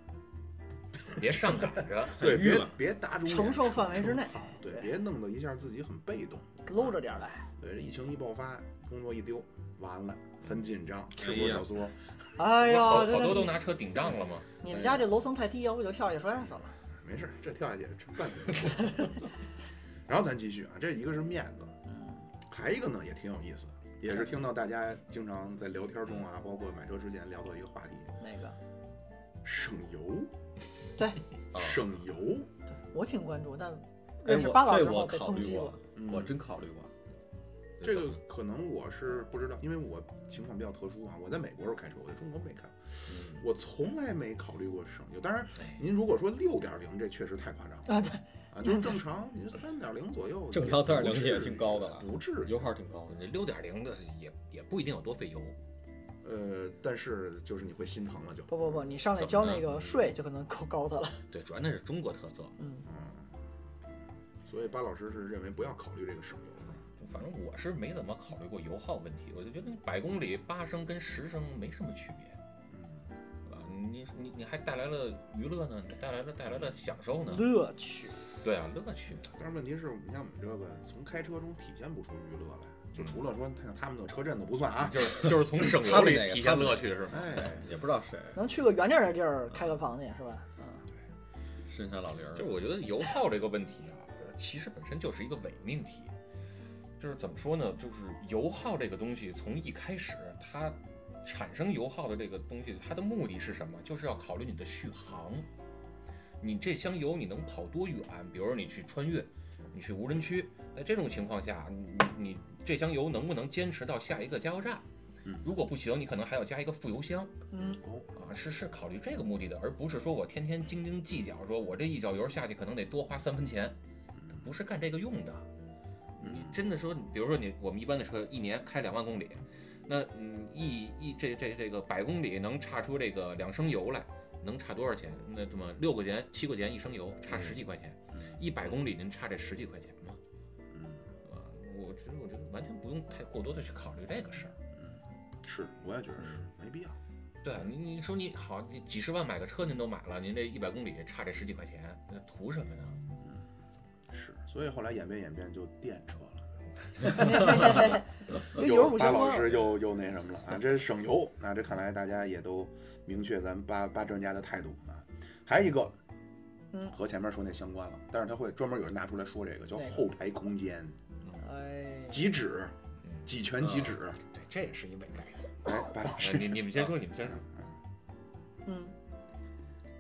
S1: 别上赶着，
S2: 对
S3: 别
S2: 淤了
S3: 别打肿脸
S4: 嗯承受范围之内，
S3: 对，别弄得一下自己很被动。
S4: 搂着点儿来。
S3: 对，疫情一爆发，工作一丢，完了，很紧张，吃
S2: 哎
S3: 不
S2: 呀
S3: 小缩。
S4: 哎呀，
S1: 好好
S4: 对对
S1: 多都
S4: 对
S1: 拿车顶账了嘛。
S4: 你们家这楼层太低，要不就跳下去摔死了。
S3: 没事儿，这跳下去这半死。然后咱继续啊，这一个是面子，
S4: 嗯
S3: 还一个呢也挺有意思，也是听到大家经常在聊天中啊，包括买车之前聊到一个话题，
S4: 那个，
S3: 省油。
S4: 对，
S2: 啊
S3: 省油。
S4: 对我挺关注，但
S2: 哎，
S4: 认识
S2: 我
S4: 巴老师
S2: 这
S4: 后
S2: 我
S4: 被
S2: 考
S4: 抨
S2: 虑
S4: 击
S2: 过
S4: 了。，
S3: 嗯
S2: 我真考虑过。
S1: 对
S3: 这
S1: 怎
S3: 个
S1: 么
S3: 可能我是不知道，因为我情况比较特殊啊，我在美国时候开车，我在中国没开，我从来没考虑过省油。当然，
S1: 嗯哎
S3: 您如果说六点零，这确实太夸张了
S4: 啊，对，
S3: 啊，就是正常，您三点零左右，
S2: 正常
S3: 也不
S2: 3.0
S3: 至
S2: 也
S3: 于
S2: 挺高的了
S3: 不至于。
S2: 油耗挺高的，
S1: 这六点零的也也不一定有多费油，
S3: 呃，但是就是你会心疼了就。
S4: 不不不，你上来交那个税就可能够高的了。
S1: 对，主要那是中国特色。
S4: 嗯，
S3: 嗯，所以巴老师是认为不要考虑这个省油是吧
S1: 反正我是没怎么考虑过油耗问题，我就觉得百公里八升跟十升没什么区别，
S3: 嗯，
S1: 对吧？你你你还带来了娱乐呢，带来了带来了享受
S2: 嗯
S1: 呢，
S4: 乐趣，
S1: 对啊，乐趣。
S3: 但是问题是，你像我们这个从开车中体现不出娱乐来，就除了说像他们的车震的不算啊。
S1: 就是就是从省油里体现乐趣是吗？
S3: 哎，
S2: 也不知道谁，
S4: 能去个远点儿的地儿开个房去是吧？嗯，
S2: 深山老林儿
S1: 就是我觉得油耗这个问题啊， 其实本身就是一个伪命题。就是怎么说呢？就是油耗这个东西，从一开始它产生油耗的这个东西，它的目的是什么？就是要考虑你的续航，你这箱油你能跑多远？比如说你去穿越，你去无人区，在这种情况下，你你你这箱油能不能坚持到下一个加油站
S3: 嗯？
S1: 如果不行，你可能还要加一个副油箱。
S4: 嗯，
S1: 啊，是是考虑这个目的的，而不是说我天天斤斤计较，说我这一脚油下去可能得多花三分钱，不是干这个用的。你真的说，你比如说你我们一般的车一年开两万公里，那嗯一一这这这个百公里能差出这个两升油来，能差多少钱？那这么六块钱七块钱一升油，差十几块钱，一百公里您差这十几块钱吗？啊，我觉得我觉得完全不用太过多的去考虑这个事儿。
S3: 是，我也觉得是没必要。
S1: 对你，你说你好，你几十万买个车您都买了，您这一百公里差这十几块钱，那图什么呢？
S3: 是，所以后来演变演变就电车了，
S4: 跟油
S3: 又
S4: 不
S3: 巴
S4: 相
S3: 老
S4: 关。
S3: 师又又那什么了啊，这省油。那这看来大家也都明确咱们巴巴专家的态度啊。还一个，
S4: 嗯
S3: 和前面说那相关了，但是他会专门有人拿出来说这个叫
S4: 哪个
S3: 后排空间
S4: 哎，
S3: 极指，
S1: 嗯，
S3: 几拳几指。
S1: 对，这也是一伪概念。
S3: 哎，巴老
S1: 哎
S3: 师，
S1: 你你们 先说，你们先说。
S4: 嗯，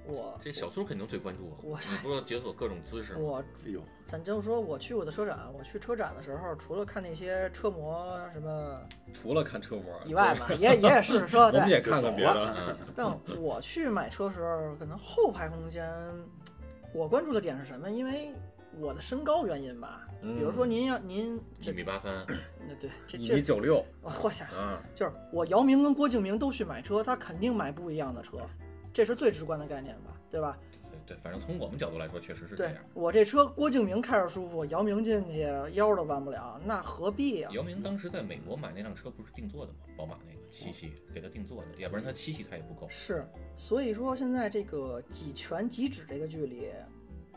S4: 我
S1: 这小苏肯定最关注啊，
S4: 我
S1: 你不知道解锁各种姿势吗？
S4: 我
S3: 哎呦，
S4: 咱就说我去我的车展，我去车展的时候，除了看那些车模什么
S2: 除了看车模
S4: 以外吧，也也是说
S2: 啊我们
S4: 对，
S2: 也看看别的，
S1: 嗯，
S4: 但我去买车时候，可能后排空间，我关注的点是什么？因为我的身高原因吧，
S1: 嗯
S4: 比如说您要您
S1: 一
S4: 这
S1: 米八 三，
S4: 那对这
S2: 一米
S4: 这，
S2: 九六
S4: 我想
S2: 啊，
S1: 嗯
S4: 就是我姚明跟郭敬明都去买车，他肯定买不一样的车，这是最直观的概念吧，对吧？
S1: 对对，反正从我们角度来说，确实是这
S4: 对
S1: 样。
S4: 我这车郭敬明开着舒服，姚明进去腰都弯不了，那何必啊呀、
S1: 姚明当时在美国买那辆车不是定做的吗？宝马那个七系给他定做的，要不然他七系他也不够。
S4: 是，所以说现在这个几拳几指这个距离，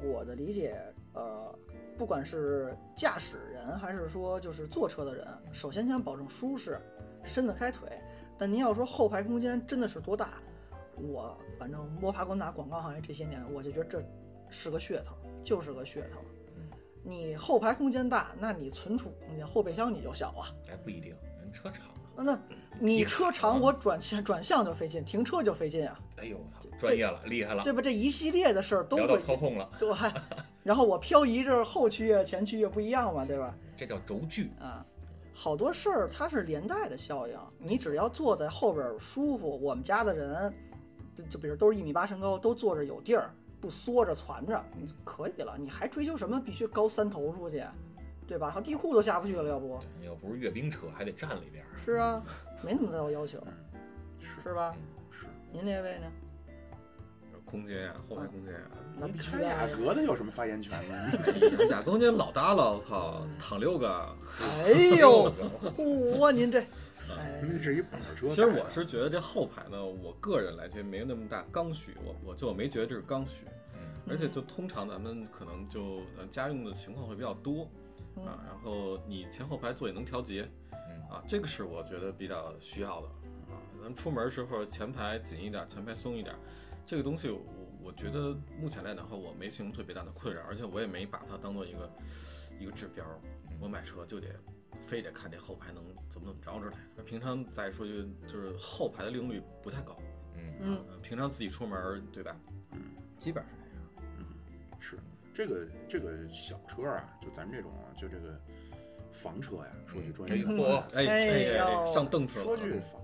S4: 我的理解，呃，不管是驾驶人还是说就是坐车的人，首先想保证舒适，伸得开腿。但您要说后排空间真的是多大，我反正摸爬滚打广告行业这些年，我就觉得这是个噱头，就是个噱头
S1: 嗯。
S4: 你后排空间大，那你存储空间后备箱你就小啊。
S1: 哎，不一定，人车长啊。
S4: 那你
S1: 皮卡
S4: 车长，
S1: 嗯
S4: 我转向转向就费劲，停车就费劲啊，
S1: 哎呦我操，专业了，厉害了，
S4: 对吧？这一系列的事儿都
S1: 聊
S4: 会
S1: 到操控了，
S4: 对， 然后我漂移这后驱啊、前驱也不一样嘛，对吧？
S1: 这叫轴距。
S4: 啊，好多事儿它是连带的效应。你只要坐在后边儿舒服，我们家的人，就就比如都是一米八身高，都坐着有地儿，不缩着攒着，你可以了。你还追求什么必须高三头出去，对吧？他地库都下不去了，要不
S1: 对要不是阅兵车，还得站里边儿。
S4: 是啊，没那么高要
S3: 嗯
S4: 求，是吧？
S3: 是
S4: 您这位呢？
S2: 空间啊，后排空间啊，
S4: 那
S3: 你
S4: 必须
S3: 开
S4: 的
S3: 雅
S4: 啊。
S3: 阁的有什么发言权呢？ 你
S2: 俩空间老搭了，我操，躺六个。啊
S4: 哎呦，嚯，您这，哎，
S3: 那是一板儿车。
S2: 其实我是觉得这后排呢，我个人来觉得没有那么大刚需，我我就没觉得这是刚需，
S1: 嗯，
S2: 而且就通常咱们可能就呃家用的情况会比较多
S4: 嗯
S2: 啊，然后你前后排座椅能调节
S1: 嗯
S2: 啊，这个是我觉得比较需要的啊。咱们出门时候前排紧一点，前排松一点，这个东西我我觉得目前来讲的话，我没形成特别大的困扰，而且我也没把它当做一个一个指标，
S1: 嗯
S2: 我买车就得非得看这后排能怎么怎么着之类的。那平常再说就就是后排的利用率不太高，
S1: 嗯，
S4: 嗯，
S2: 呃平常自己出门儿对吧？
S3: 嗯，
S2: 基本上是这样。
S3: 是这个这个小车啊，就咱们这种啊，就这个房车呀，说句专业
S1: 哎
S3: 的
S1: 呦
S3: 话，
S2: 哎
S4: 哎
S2: 哎
S4: 呦
S2: 哎，上凳子了。
S3: 说句房，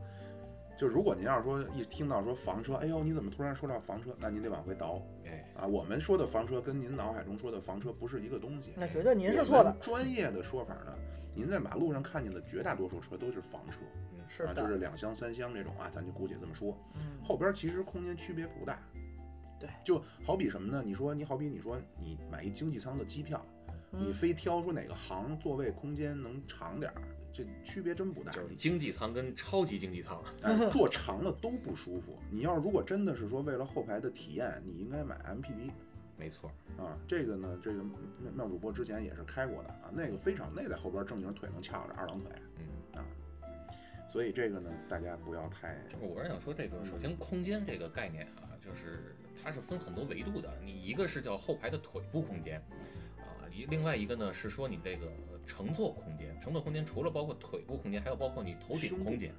S3: 就如果您要是说一听到说房车，哎呦，你怎么突然说到房车？那您得往回倒
S1: 哎，
S3: 啊。我们说的房车跟您脑海中说的房车不是一个东西。
S4: 那觉得您
S3: 我
S4: 是
S3: 们
S4: 错的，
S3: 专业的说法呢，您在马路上看见的绝大多数车都是房车，
S4: 是
S3: 啊，就
S4: 的，
S3: 是两厢、三厢这种啊，咱就姑且这么说。
S4: 嗯
S3: 后边其实空间区别不大。
S4: 对，
S3: 就好比什么呢？你说你好比你说你买一经济舱的机票，你
S4: 嗯
S3: 非挑说哪个行座位空间能长点儿，这区别真不大。
S1: 就是啊经济舱跟超级经济舱。
S3: 哎，坐长了都不舒服。你要如果真的是说为了后排的体验，你应该买 MPV
S1: 没错，
S3: 啊。这个呢，这个妙妙主播之前也是开过的啊，那个非常那在后边正经腿能翘着二郎腿，
S1: 嗯，
S3: 啊。所以这个呢，大家不要太
S1: 就是我是想说这个，首先空间这个概念啊，就是它是分很多维度的。你一个是叫后排的腿部空间，啊，一另外一个呢是说你这个乘坐空间。乘坐空间除了包括腿部空间，还有包括你头顶
S3: 胸部
S1: 空间，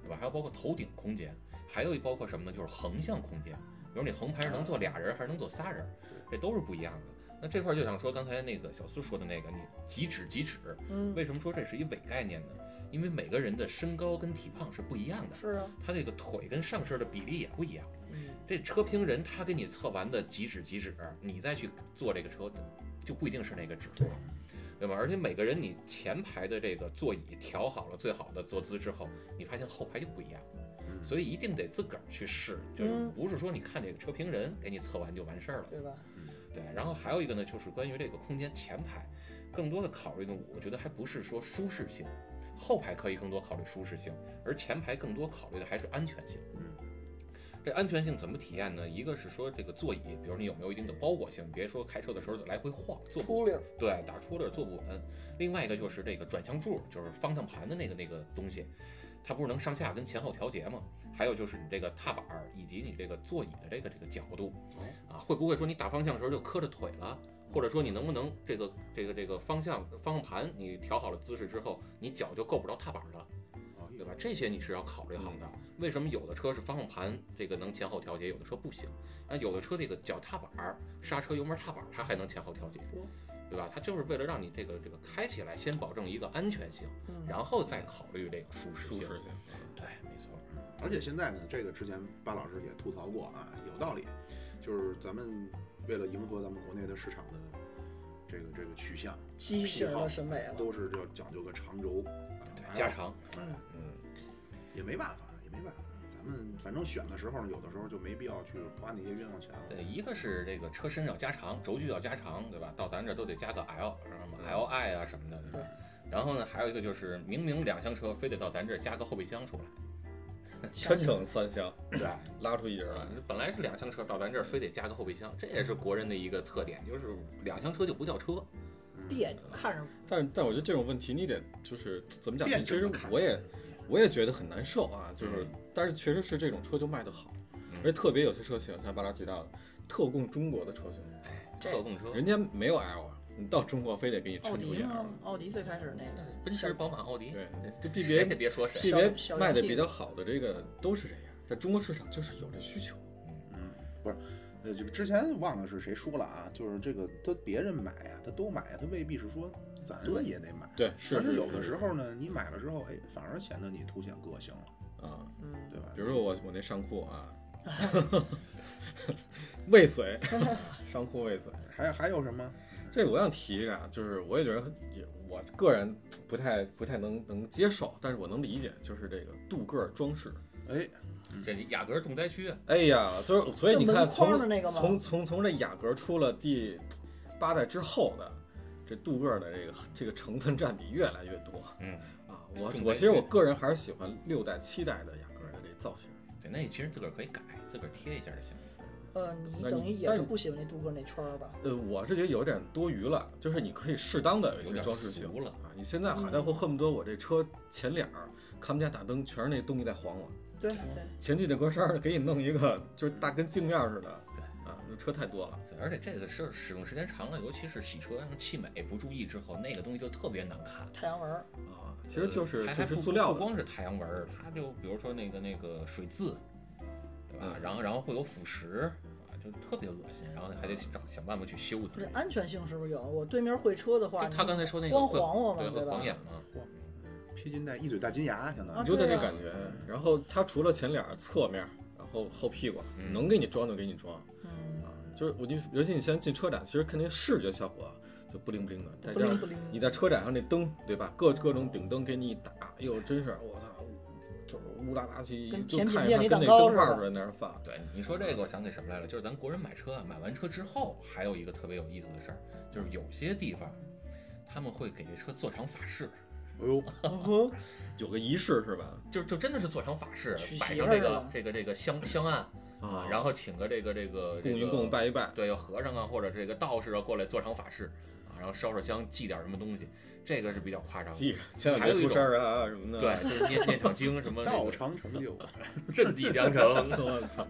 S1: 对吧？还有包括头顶空间，还有一包括什么呢？就是横向空间，比如你横排是能坐俩人还是能坐仨人，这都是不一样的。那这块儿就想说刚才那个小苏说的那个，你几指几指，
S4: 嗯，
S1: 为什么说这是一伪概念呢？因为每个人的身高跟体胖是不一样的。
S4: 是啊，
S1: 它这个腿跟上身的比例也不一样。
S4: 嗯
S1: 这车评人他给你测完的几指几指，你再去坐这个车，就不一定是那个指数了，对吧？而且每个人你前排的这个座椅调好了最好的坐姿之后，你发现后排就不一样，
S3: 嗯
S1: 所以一定得自个儿去试，就是
S4: 嗯
S1: 不是说你看这个车评人给你测完就完事儿了。
S4: 对吧？
S1: 对，然后还有一个呢，就是关于这个空间前排，更多的考虑呢，我觉得还不是说舒适性，后排可以更多考虑舒适性，而前排更多考虑的还是安全性。
S3: 嗯，
S1: 这安全性怎么体验呢？一个是说这个座椅，比如你有没有一定的包裹性，别说开车的时候来回晃，坐不
S4: 秃溜儿，
S1: 对，打出溜坐不稳。另外一个就是这个转向柱，就是方向盘的那个那个东西，它不是能上下跟前后调节吗？还有就是你这个踏板儿以及你这个座椅的这个这个角度，啊，会不会说你打方向的时候就磕着腿了？或者说你能不能这个这个这个方向方向盘你调好了姿势之后，你脚就够不着踏板了，
S3: 哦
S1: 对吧？这些你是要考虑好的。为什么有的车是方向盘这个能前后调节，有的车不行？那有的车这个脚踏板儿、刹车、油门踏板儿它还能前后调节，对吧？它就是为了让你这个这个开起来，先保证一个安全性，
S4: 嗯
S1: 然后再考虑这个舒适
S2: 舒
S1: 性。
S2: 适性，
S1: 对，没错。
S3: 而且现在呢，这个之前巴老师也吐槽过啊，有道理，就是咱们为了迎合咱们国内的市场的这个这个取向，
S4: 畸形的审美了，
S3: 都是要讲究个长轴，啊
S1: 对，
S3: 还
S1: 加
S3: 有
S1: 长，
S2: 嗯，
S3: 也没办法，也没办法，咱们反正选的时候呢，有的时候就没必要去花那些冤枉钱了。
S1: 对，一个是这个车身要加长，轴距要加长，对吧？到咱这都得加个 L，什么 Li 啊什么的，对吧？然后呢，还有一个就是明明两厢车，非得到咱这儿加个后备箱出来。
S2: 全程三厢
S1: 对，
S2: 拉出一人
S1: 是
S2: 来
S1: 吧，？本来是两厢车，到咱这儿非得加个后备箱，这也是国人的一个特点，就是两厢车就不叫车。
S4: 别扭，看着
S2: 但是但我觉得这种问题你得就是怎么讲？
S3: 辩
S2: 其
S3: 证
S2: 实
S3: 地看
S2: 我也我也觉得很难受啊，就是
S1: 嗯，
S2: 但是确实是这种车就卖得好，
S1: 嗯
S2: 而且特别有些车型，像巴拉提到的，特供中国的车型，
S1: 哎，
S4: 这
S1: 特供车，
S2: 人家没有 L，你啊到中国非得给你
S4: 奥
S2: 抻出
S4: 迪
S2: L
S4: 吗
S2: 来。？
S4: 奥迪最开始那个
S1: 奔驰、宝马、奥迪，
S2: 对，
S1: 这
S2: 这
S1: 谁
S2: BBA
S1: 也别说谁，
S4: 小
S2: BBA
S4: 小
S2: 卖的
S4: 羊屁
S2: 比
S4: 股
S2: 较好的这个都是这样，在中国市场就是有这需求。
S3: 呃，这个之前忘了是谁说了啊，就是这个他别人买啊，他都买啊，他未必是说咱
S1: 对
S3: 也得买。
S2: 对，是
S3: 而
S2: 是
S3: 是有的时候呢，你买了之后，哎，反而显得你凸显个性了，
S2: 啊，
S4: 嗯，
S3: 对吧？
S2: 比如说我我那上裤啊，未遂， 上裤未遂。
S3: 还还有什么？
S2: 这我想提一个啊，就是我也觉得也我个人不太不太能能接受，但是我能理解，就是这个镀铬装饰。
S3: 哎，
S1: 这雅阁重灾区啊，
S2: 哎呀，就是所以你
S4: 就
S2: 看
S4: 门框
S2: 从，
S4: 的
S2: 从
S4: 那个吗
S2: 从从这雅阁出了第八代之后的这镀铬的这个这个成分占比越来越多
S1: 嗯，
S2: 啊。我
S1: 重
S2: 我
S1: 灾
S2: 其实我
S1: 区
S2: 个人还是喜欢六代七代的雅阁的这造型。
S1: 对，那你其实自个儿可以改，自个儿贴一下就行了。
S4: 呃，你
S2: 那
S4: 等于
S2: 你
S4: 也
S2: 但
S4: 是
S2: 是
S4: 不喜欢那镀铬那圈儿吧？
S2: 呃，我是觉得有点多余了，呃就是你可以适当的
S1: 有
S2: 些
S1: 点
S2: 装饰性
S1: 俗了
S2: 啊。你现在好家
S4: 嗯
S2: 伙，恨不得我这车前脸儿他们家大灯全是那东西在晃我，
S4: 对对，
S2: 前进的格栅儿给你弄一个就是大跟镜面儿似的。
S1: 对
S2: 啊，这车太多了。
S1: 对，而且这个事儿使用时间长了，尤其是洗车让气美不注意之后，那个东西就特别难看。
S4: 太阳纹儿，
S2: 啊，其实就是
S1: 呃还
S2: 就
S1: 还
S2: 是
S1: 不
S2: 塑料
S1: 不
S2: 的，
S1: 光是太阳纹儿，它就比如说那个那个水渍，对吧？
S2: 嗯
S1: 然后然后会有腐蚀，啊，就特别恶心，然后还得找想办法去修它
S4: 这。安全性是不是有？我对面会车的话，
S1: 就他
S4: 你
S1: 刚才说那个
S4: 光
S1: 会
S4: 晃我
S1: 对
S4: 嘛，
S1: 会
S4: 吧
S1: 晃？眼嘛，
S3: 披金戴一嘴大金牙，相当
S2: 你
S3: 于
S2: 就在这
S4: 对啊
S2: 感觉。然后它除了前脸儿、侧面儿，然后后屁股，
S1: 嗯
S2: 能给你装就给你装
S4: 嗯，
S2: 啊。就是我就尤其你现在进车展，其实肯定视觉效果就不灵不灵的，再
S4: 不
S2: 加上
S4: 灵不灵。
S2: 你在车展上那灯，对吧？各各种顶灯给你一打，哎呦，真是我操，就是乌拉拉去，
S4: 跟
S2: 就
S4: 甜品
S2: 看
S4: 店
S2: 着
S4: 里
S2: 它跟那
S4: 蛋糕
S2: 灯泡
S4: 似的
S2: 似的那儿放。
S1: 对，你说这个，我想起什么来了？就是咱国人买车啊，买完车之后，还有一个特别有意思的事儿，就是有些地方他们会给这车做场法事，
S3: 哎呦，
S4: 嗯
S2: 啊有个仪式是吧？
S1: 就就真的是做场法事
S4: 娶，
S1: 摆
S4: 媳
S1: 上
S4: 妇
S1: 这
S4: 儿
S1: 个
S4: 了
S1: 这个这个香香案啊，然后请个这个这个
S2: 供一供，，拜一拜
S1: 这个。对，有和尚啊或者这个道士啊过来做场法事啊，然后烧烧香，祭点什么东西，这个是比较夸张的。
S2: 记，千万
S1: 还有
S2: 别
S1: 一
S2: 出
S1: 种
S2: 事儿啊什么的。
S1: 对，就是念念场经什么那
S3: 道
S1: 个
S3: 长成就，
S1: 镇地江城，
S2: 我 操！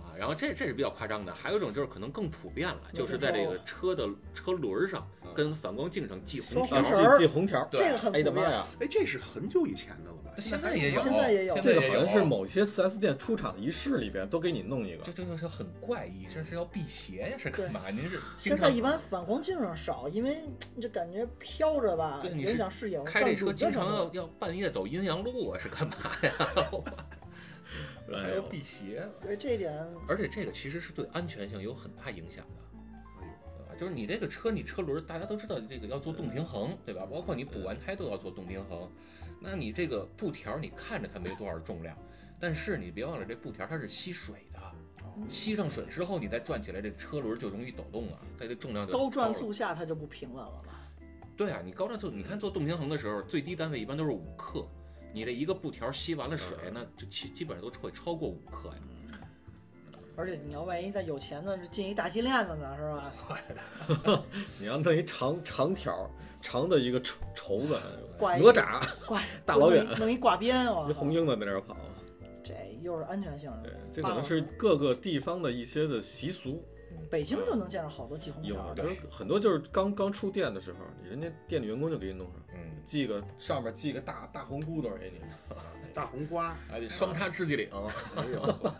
S1: 啊，然后这这是比较夸张的，还有一种就是可能更普遍了，就是在这
S4: 没
S1: 个车的车轮儿上跟反光镜上系红
S4: 双
S1: 条
S2: 啊，
S4: 黄绳
S1: 儿。
S4: 儿
S2: 系系红条儿。
S1: 对
S4: 这个很
S2: 哎
S4: 普
S2: 的妈
S4: 遍。
S2: 呀！
S3: 哎，这是很久以前的了吧？
S1: 现
S3: 在
S1: 在
S3: 还
S1: 也有，
S4: 现在也有
S2: 这
S1: 现
S2: 个
S1: 在也
S2: 好像是
S1: 有，
S2: 某些 4S 店出厂的仪式里边都给你弄一个
S1: 这。这就是很怪异，这是要辟邪呀，是
S4: 对
S1: 干嘛？您是
S4: 现在一般反光镜上少，因为你这感觉飘着吧，
S1: 对你是
S4: 影响视野。
S1: 开这
S4: 但
S1: 车
S4: 轮
S1: 经
S4: 子上
S1: 常要
S4: 的
S1: 要半夜走阴阳路啊，是干嘛呀？ 哎还要辟邪，
S4: 对这一点，
S1: 而且这个其实是对安全性有很大影响的，对吧？就是你这个车，你车轮儿大家都知道，这个要做动平衡，对吧？包括你补完胎都要做动平衡。那你这个布条儿，你看着它没多少重量，但是你别忘了这布条儿它是吸水的，吸上水之后你再转起来，这车轮儿就容易抖动啊，它这重量就
S4: 高转
S1: 了
S4: 速下它就不平稳了吧？
S1: 对啊，你高转速，你看做动平衡的时候，最低单位一般都是五克，你这一个布条吸完了水，那就基基本上都会超过五克呀。
S4: 而且你要万一再有钱呢，进一大金链子呢，是吧？
S2: 你要弄一长长条儿长的一个绸绸子，
S4: 挂一
S2: 哪吒
S4: 挂
S2: 大老远
S4: 弄一弄一挂鞭，我
S2: 那
S4: 靠
S2: 红缨子在那儿跑。啊
S4: 这又是安全性。
S2: 对，这可能是各个地方的一些的习俗，
S4: 北京就能见着好多系红
S1: 嗯
S2: 有
S4: 条儿的，
S2: 就是很多就是刚刚出店的时候，你人家店里员工就给你弄上，
S1: 嗯，
S2: 系个上面系个大大红箍兜给你。
S3: 大红瓜，
S1: 哎，双叉世纪岭，
S3: 哎呦，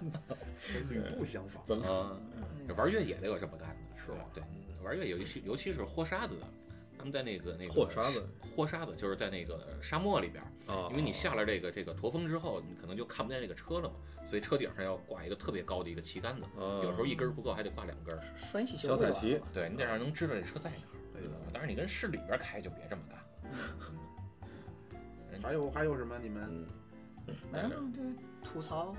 S3: 吕布相仿，
S2: 怎么
S1: 啊，
S4: 嗯
S1: 玩越野的有这么干的，是吧
S2: 吧？
S1: 对，玩越野尤其尤其是豁沙子的，他们在那个那个
S2: 豁沙子，
S1: 豁沙子就是在那个沙漠里边儿，
S2: 啊？
S1: 因为你下了这个这个驼峰之后，你可能就看不见这个车了嘛，所以车顶上要挂一个特别高的一个旗杆子，
S2: 啊
S1: 有时候一根儿不够还得挂两根儿。
S4: 拴一起
S2: 小
S4: 球就
S2: 彩
S4: 完
S2: 旗
S4: 了。
S1: 对你得让人知道这车在哪儿。
S3: 哎
S1: 对吧当然，你跟市里边开就别这么干了。
S3: 还有还有什么？你们
S4: 没有，嗯这吐槽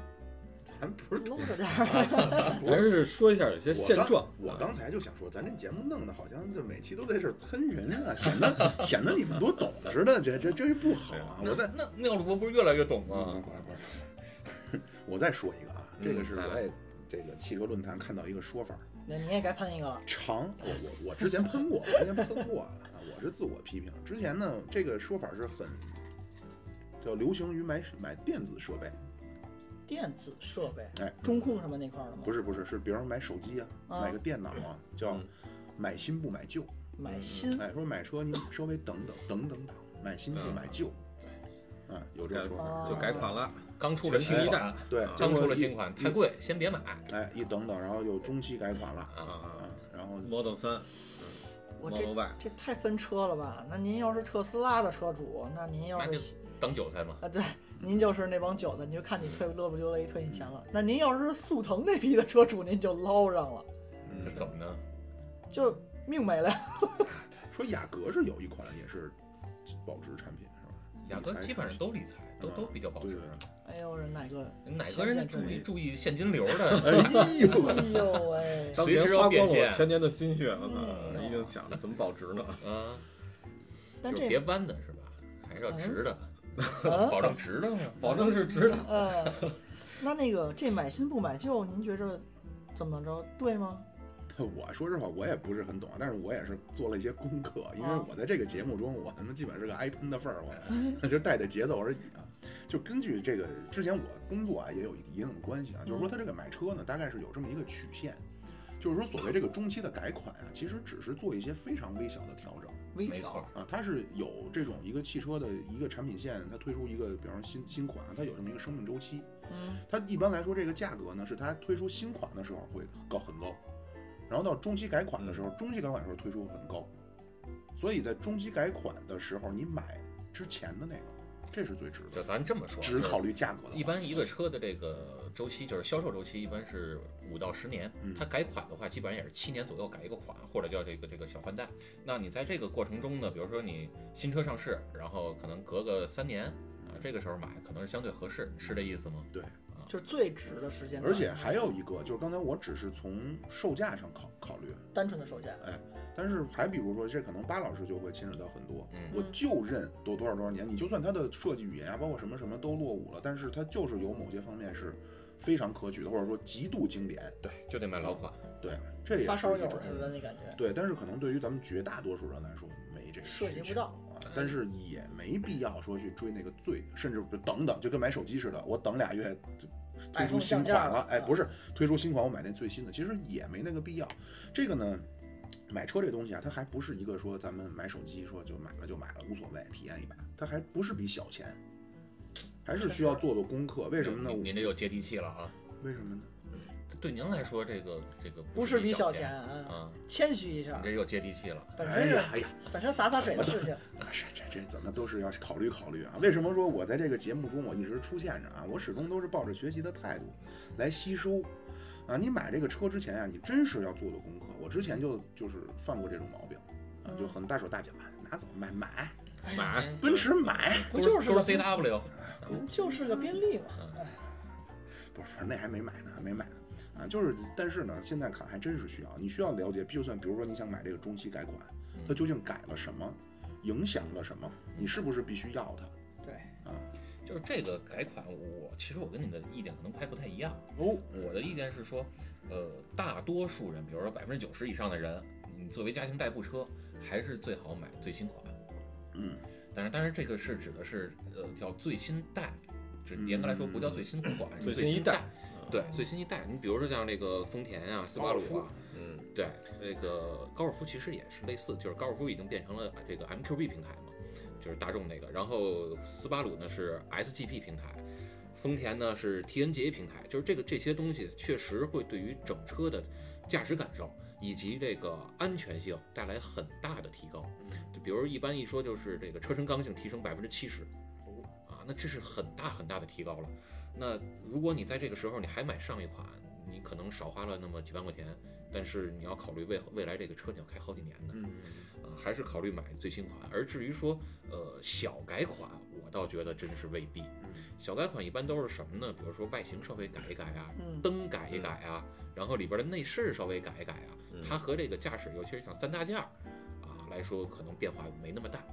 S3: 咱不是
S4: 搂着 点儿。
S2: 还是说一下有些现状。
S3: 我刚才就想说，咱这节目弄得好像这每期都在这儿喷人啊，显得显得你们多懂似的，这这这不好
S2: 哎
S3: 啊！我嗯再
S1: 那妙主播不是越来越懂吗？
S3: 我再说一个啊，这个是
S2: 嗯来
S3: 我也这个汽车论坛看到一个说法，
S4: 那你也该喷一个了。
S3: 长，我我我之前喷过，我之前喷过啊，我是自我批评。之前呢，这个说法是很，叫流行于买买电子设备，
S4: 电子设备，
S3: 哎，
S4: 中控什么那块儿的吗？
S3: 不
S4: 是，
S3: 是不是是，比方说买手机啊，
S4: 啊
S3: 买个电脑啊，叫
S2: 嗯
S3: 买新不买旧，
S4: 买新
S3: 哎，说买车你稍微等等等等等，买新不
S2: 嗯
S3: 买旧，啊，有这种说法，
S4: 哦
S2: 就改款了，
S1: 刚出了新
S2: 全新一
S1: 款
S2: 代，
S3: 对，
S2: 啊
S3: 结
S1: 刚
S3: 果
S1: 出了
S3: 一
S1: 新款，太贵，先别买
S3: 哎，一等等，然后有中期改款了，
S1: 啊。
S3: 啊
S2: 啊，
S3: 然后
S2: ，Model 三
S4: 我这
S2: ，Model Y，
S4: 这太分车了吧？那您要是特斯拉的车主，那您要
S1: 那就是当韭菜嘛，
S4: 啊，对，您就是那帮韭菜，你就看你退乐不溜雷退你钱了。那您要是速腾那批的车主，您就捞上了，
S2: 嗯
S1: 这怎么呢？
S4: 就命没了。
S3: 说雅阁是有一款也是保值产品是吧？
S1: 雅阁
S3: 理财
S1: 基本上都理财，都
S3: 嗯
S1: 都比较保值。啊
S4: 哎呦，人哪 个？
S1: 哪个人注意注意现金流
S3: 哎
S1: 的？
S4: 哎
S3: 呦，
S4: 呦喂！
S2: 当
S1: 随
S2: 年
S1: 时要
S2: 花
S1: 变
S2: 光了我
S1: 现
S2: 全年的心血，我
S4: 嗯
S2: 操，一定想着怎么保值呢？
S1: 啊，
S4: 但
S1: 就是
S4: 这嗯
S1: 别弯的是吧？还是要直的，
S4: 啊
S1: 保证直的嘛。
S2: 保证是值的。
S4: 呃，那那个这买新不买旧，您觉着怎么着对吗？
S3: 我说实话，我也不是很懂，啊但是我也是做了一些功课，因为
S4: 啊
S3: 我在这个节目中，我他妈基本是个挨喷的份儿，我 就带带节奏而已啊。就根据这个之前我工作啊，也有一定的关系啊，就是说他这个买车呢，大概是有这么一个曲线，就是说所谓这个中期的改款啊，其实只是做一些非常微小的调整。
S4: 微
S1: 没
S4: 调
S1: 错，
S3: 啊，它是有这种一个汽车的一个产品线，它推出一个，比方说新新款，啊它有这么一个生命周期。
S4: 嗯，
S3: 它一般来说这个价格呢，是它推出新款的时候会高很高，然后到中期改款的时
S1: 嗯
S3: 候，中期改款的时候推出会很高，所以在中期改款的时候，你买之前的那个，这是最值
S1: 就
S3: 的。
S1: 咱这么说，
S3: 只考虑价格的
S1: 就是
S3: 话，
S1: 一般一个车的这个周期，就是销售周期，一般是五到十年
S3: 嗯。
S1: 它改款的话，基本上也是七年左右改一个款，或者叫这个这个小换代。那你在这个过程中呢，比如说你新车上市，然后可能隔个三年啊，这个时候买可能是相对合适，是这意思吗？
S4: 就是最值的时间段，嗯
S3: 而且还有一个，就是刚才我只是从售价上考考虑，
S4: 单纯的售价，
S3: 但是还比如说，这可能巴老师就会牵扯到很多。
S1: 嗯
S3: 我就认多多少多少年，你就算它的设计语言啊，包括什么什么都落伍了，但是它就是有某些方面是非常可取的，或者说极度经典。
S1: 对，就得买老款。
S3: 对，这也
S4: 发烧
S3: 是
S4: 友
S3: 一种
S4: 似的那感觉，
S3: 对，但是可能对于咱们绝大多数人来说，没这个
S4: 涉及
S3: 需
S4: 不
S3: 求
S4: 到。
S3: 啊。但是也没必要说去追那个最，甚至不等等，就跟买手机似的，我等俩月就推出
S4: iPhone
S3: 新
S4: 降价
S3: 款
S4: 了
S3: 了，哎，
S4: 啊
S3: 不是推出新款我买那最新的，其实也没那个必要。这个呢，买车这东西啊，它还不是一个说咱们买手机说就买了就买了无所谓，体验一把，它还不是笔小钱，还是需要做做功课。为什么呢？
S1: 您您这又接地气了啊！
S3: 为什么呢？
S1: 对您来说，这个这个
S4: 嗯不是
S1: 是
S4: 比小
S1: 小
S4: 钱啊，
S1: 啊，
S4: 谦虚一
S1: 你
S4: 下
S1: 这，又接地气了。
S4: 本
S3: 嗯哎
S4: 身是
S3: 呀哎呀，
S4: 本身洒洒水的事情，
S3: 是这这怎么都是要考虑考虑啊？为什么说我在这个节目中我一直出现着啊？我始终都是抱着学习的态度来吸收啊。你买这个车之前啊，你真是要做做功课。我之前就就是犯过这种毛病啊，就很大手大脚，拿走买买，
S4: 哎
S2: 买
S3: 奔驰买，
S4: 不就是
S1: 都
S4: 个
S1: 是 CW？
S4: 嗯就是个宾利嘛，
S3: 不是那还没买呢，还没买呢啊。就是但是呢，现在看还真是需要，你需要了解，就算比如说你想买这个中期改款，它究竟改了什么，影响了什么，你是不是必须要它？
S4: 对，
S1: 就是这个改款，我其实我跟你的意见可能还不太一样。
S3: 哦，
S2: 嗯
S1: 我的意见是说，呃，大多数人，比如说百分之九十以上的人，你作为家庭代步车，还是最好买最新款。
S3: 嗯。
S1: 但是，当然这个是指的是呃叫最新代，这
S3: 嗯
S1: 严格来说不叫最新款，是
S2: 最
S1: 最
S2: 新一代
S1: 代。，对，最新一代。你比如说像这个丰田啊、斯巴
S3: 高
S1: 鲁
S3: 尔
S1: 啊，
S2: 嗯，
S1: 对，那个高尔夫其实也是类似，就是高尔夫已经变成了这个 MQB 平台嘛，就是大众那个，然后斯巴鲁呢是 SGP 平台，丰田呢是 TNGA 平台，就是这个这些东西确实会对于整车的驾驶感受以及这个安全性带来很大的提高。就比如一般一说就是这个车身刚性提升百分之七十，啊，那这是很大很大的提高了。那如果你在这个时候你还买上一款，你可能少花了那么几万块钱，但是你要考虑未未来这个车你要开好几年的，
S5: 嗯，
S1: 啊，还是考虑买最新款。而至于说呃小改款，我倒觉得真是未必。小改款一般都是什么呢？比如说外形稍微改一改啊，
S4: 嗯，
S1: 灯改一改啊，然后里边的内饰稍微改一改啊，
S2: 嗯
S1: 它和这个驾驶，尤其是像三大件儿啊来说，可能变化没那么大啊，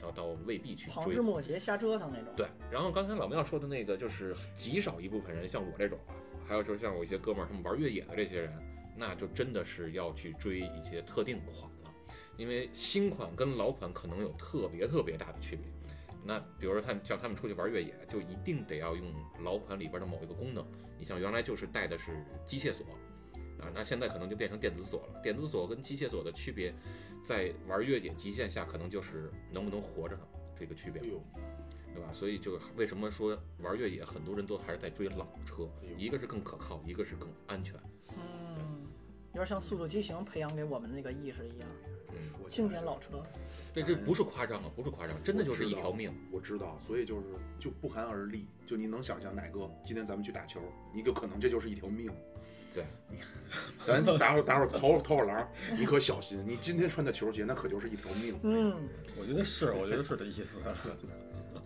S1: 倒倒未必去
S4: 旁
S1: 追
S4: 枝。末节瞎折腾那种，
S1: 对，然后刚才老庙说的那个，就是极少一部分人，像我这种啊，还有就是像我一些哥们儿，他们玩越野的这些人，那就真的是要去追一些特定款了，因为新款跟老款可能有特别特别大的区别。那比如说他们像他们出去玩越野，就一定得要用老款里边的某一个功能。你像原来就是带的是机械锁，啊，那现在可能就变成电子锁了。电子锁跟机械锁的区别，在玩越野极限下，可能就是能不能活着这个区别
S5: 哎
S1: 了，
S5: 呦，
S1: 对吧？所以就为什么说玩越野很多人都还是在追老车
S5: 哎呦，
S1: 一个是更可靠，一个是更安全。
S4: 嗯，有点像《速度激情》培养给我们的那个意识一样，
S1: 嗯，
S3: 说起来
S4: 经典老车。
S1: 这这不是夸张啊，不是夸张，真的就是一条命。
S3: 我知道，所以就是就不寒而栗。就你能想象哪个今天咱们去打球，你有可能这就是一条命。
S1: 对
S3: 你，咱打会儿打会儿投投会儿狼，你可小心，你今天穿的球鞋那可就是一条命。
S4: 嗯，
S2: 我觉得是，我觉得是这意思，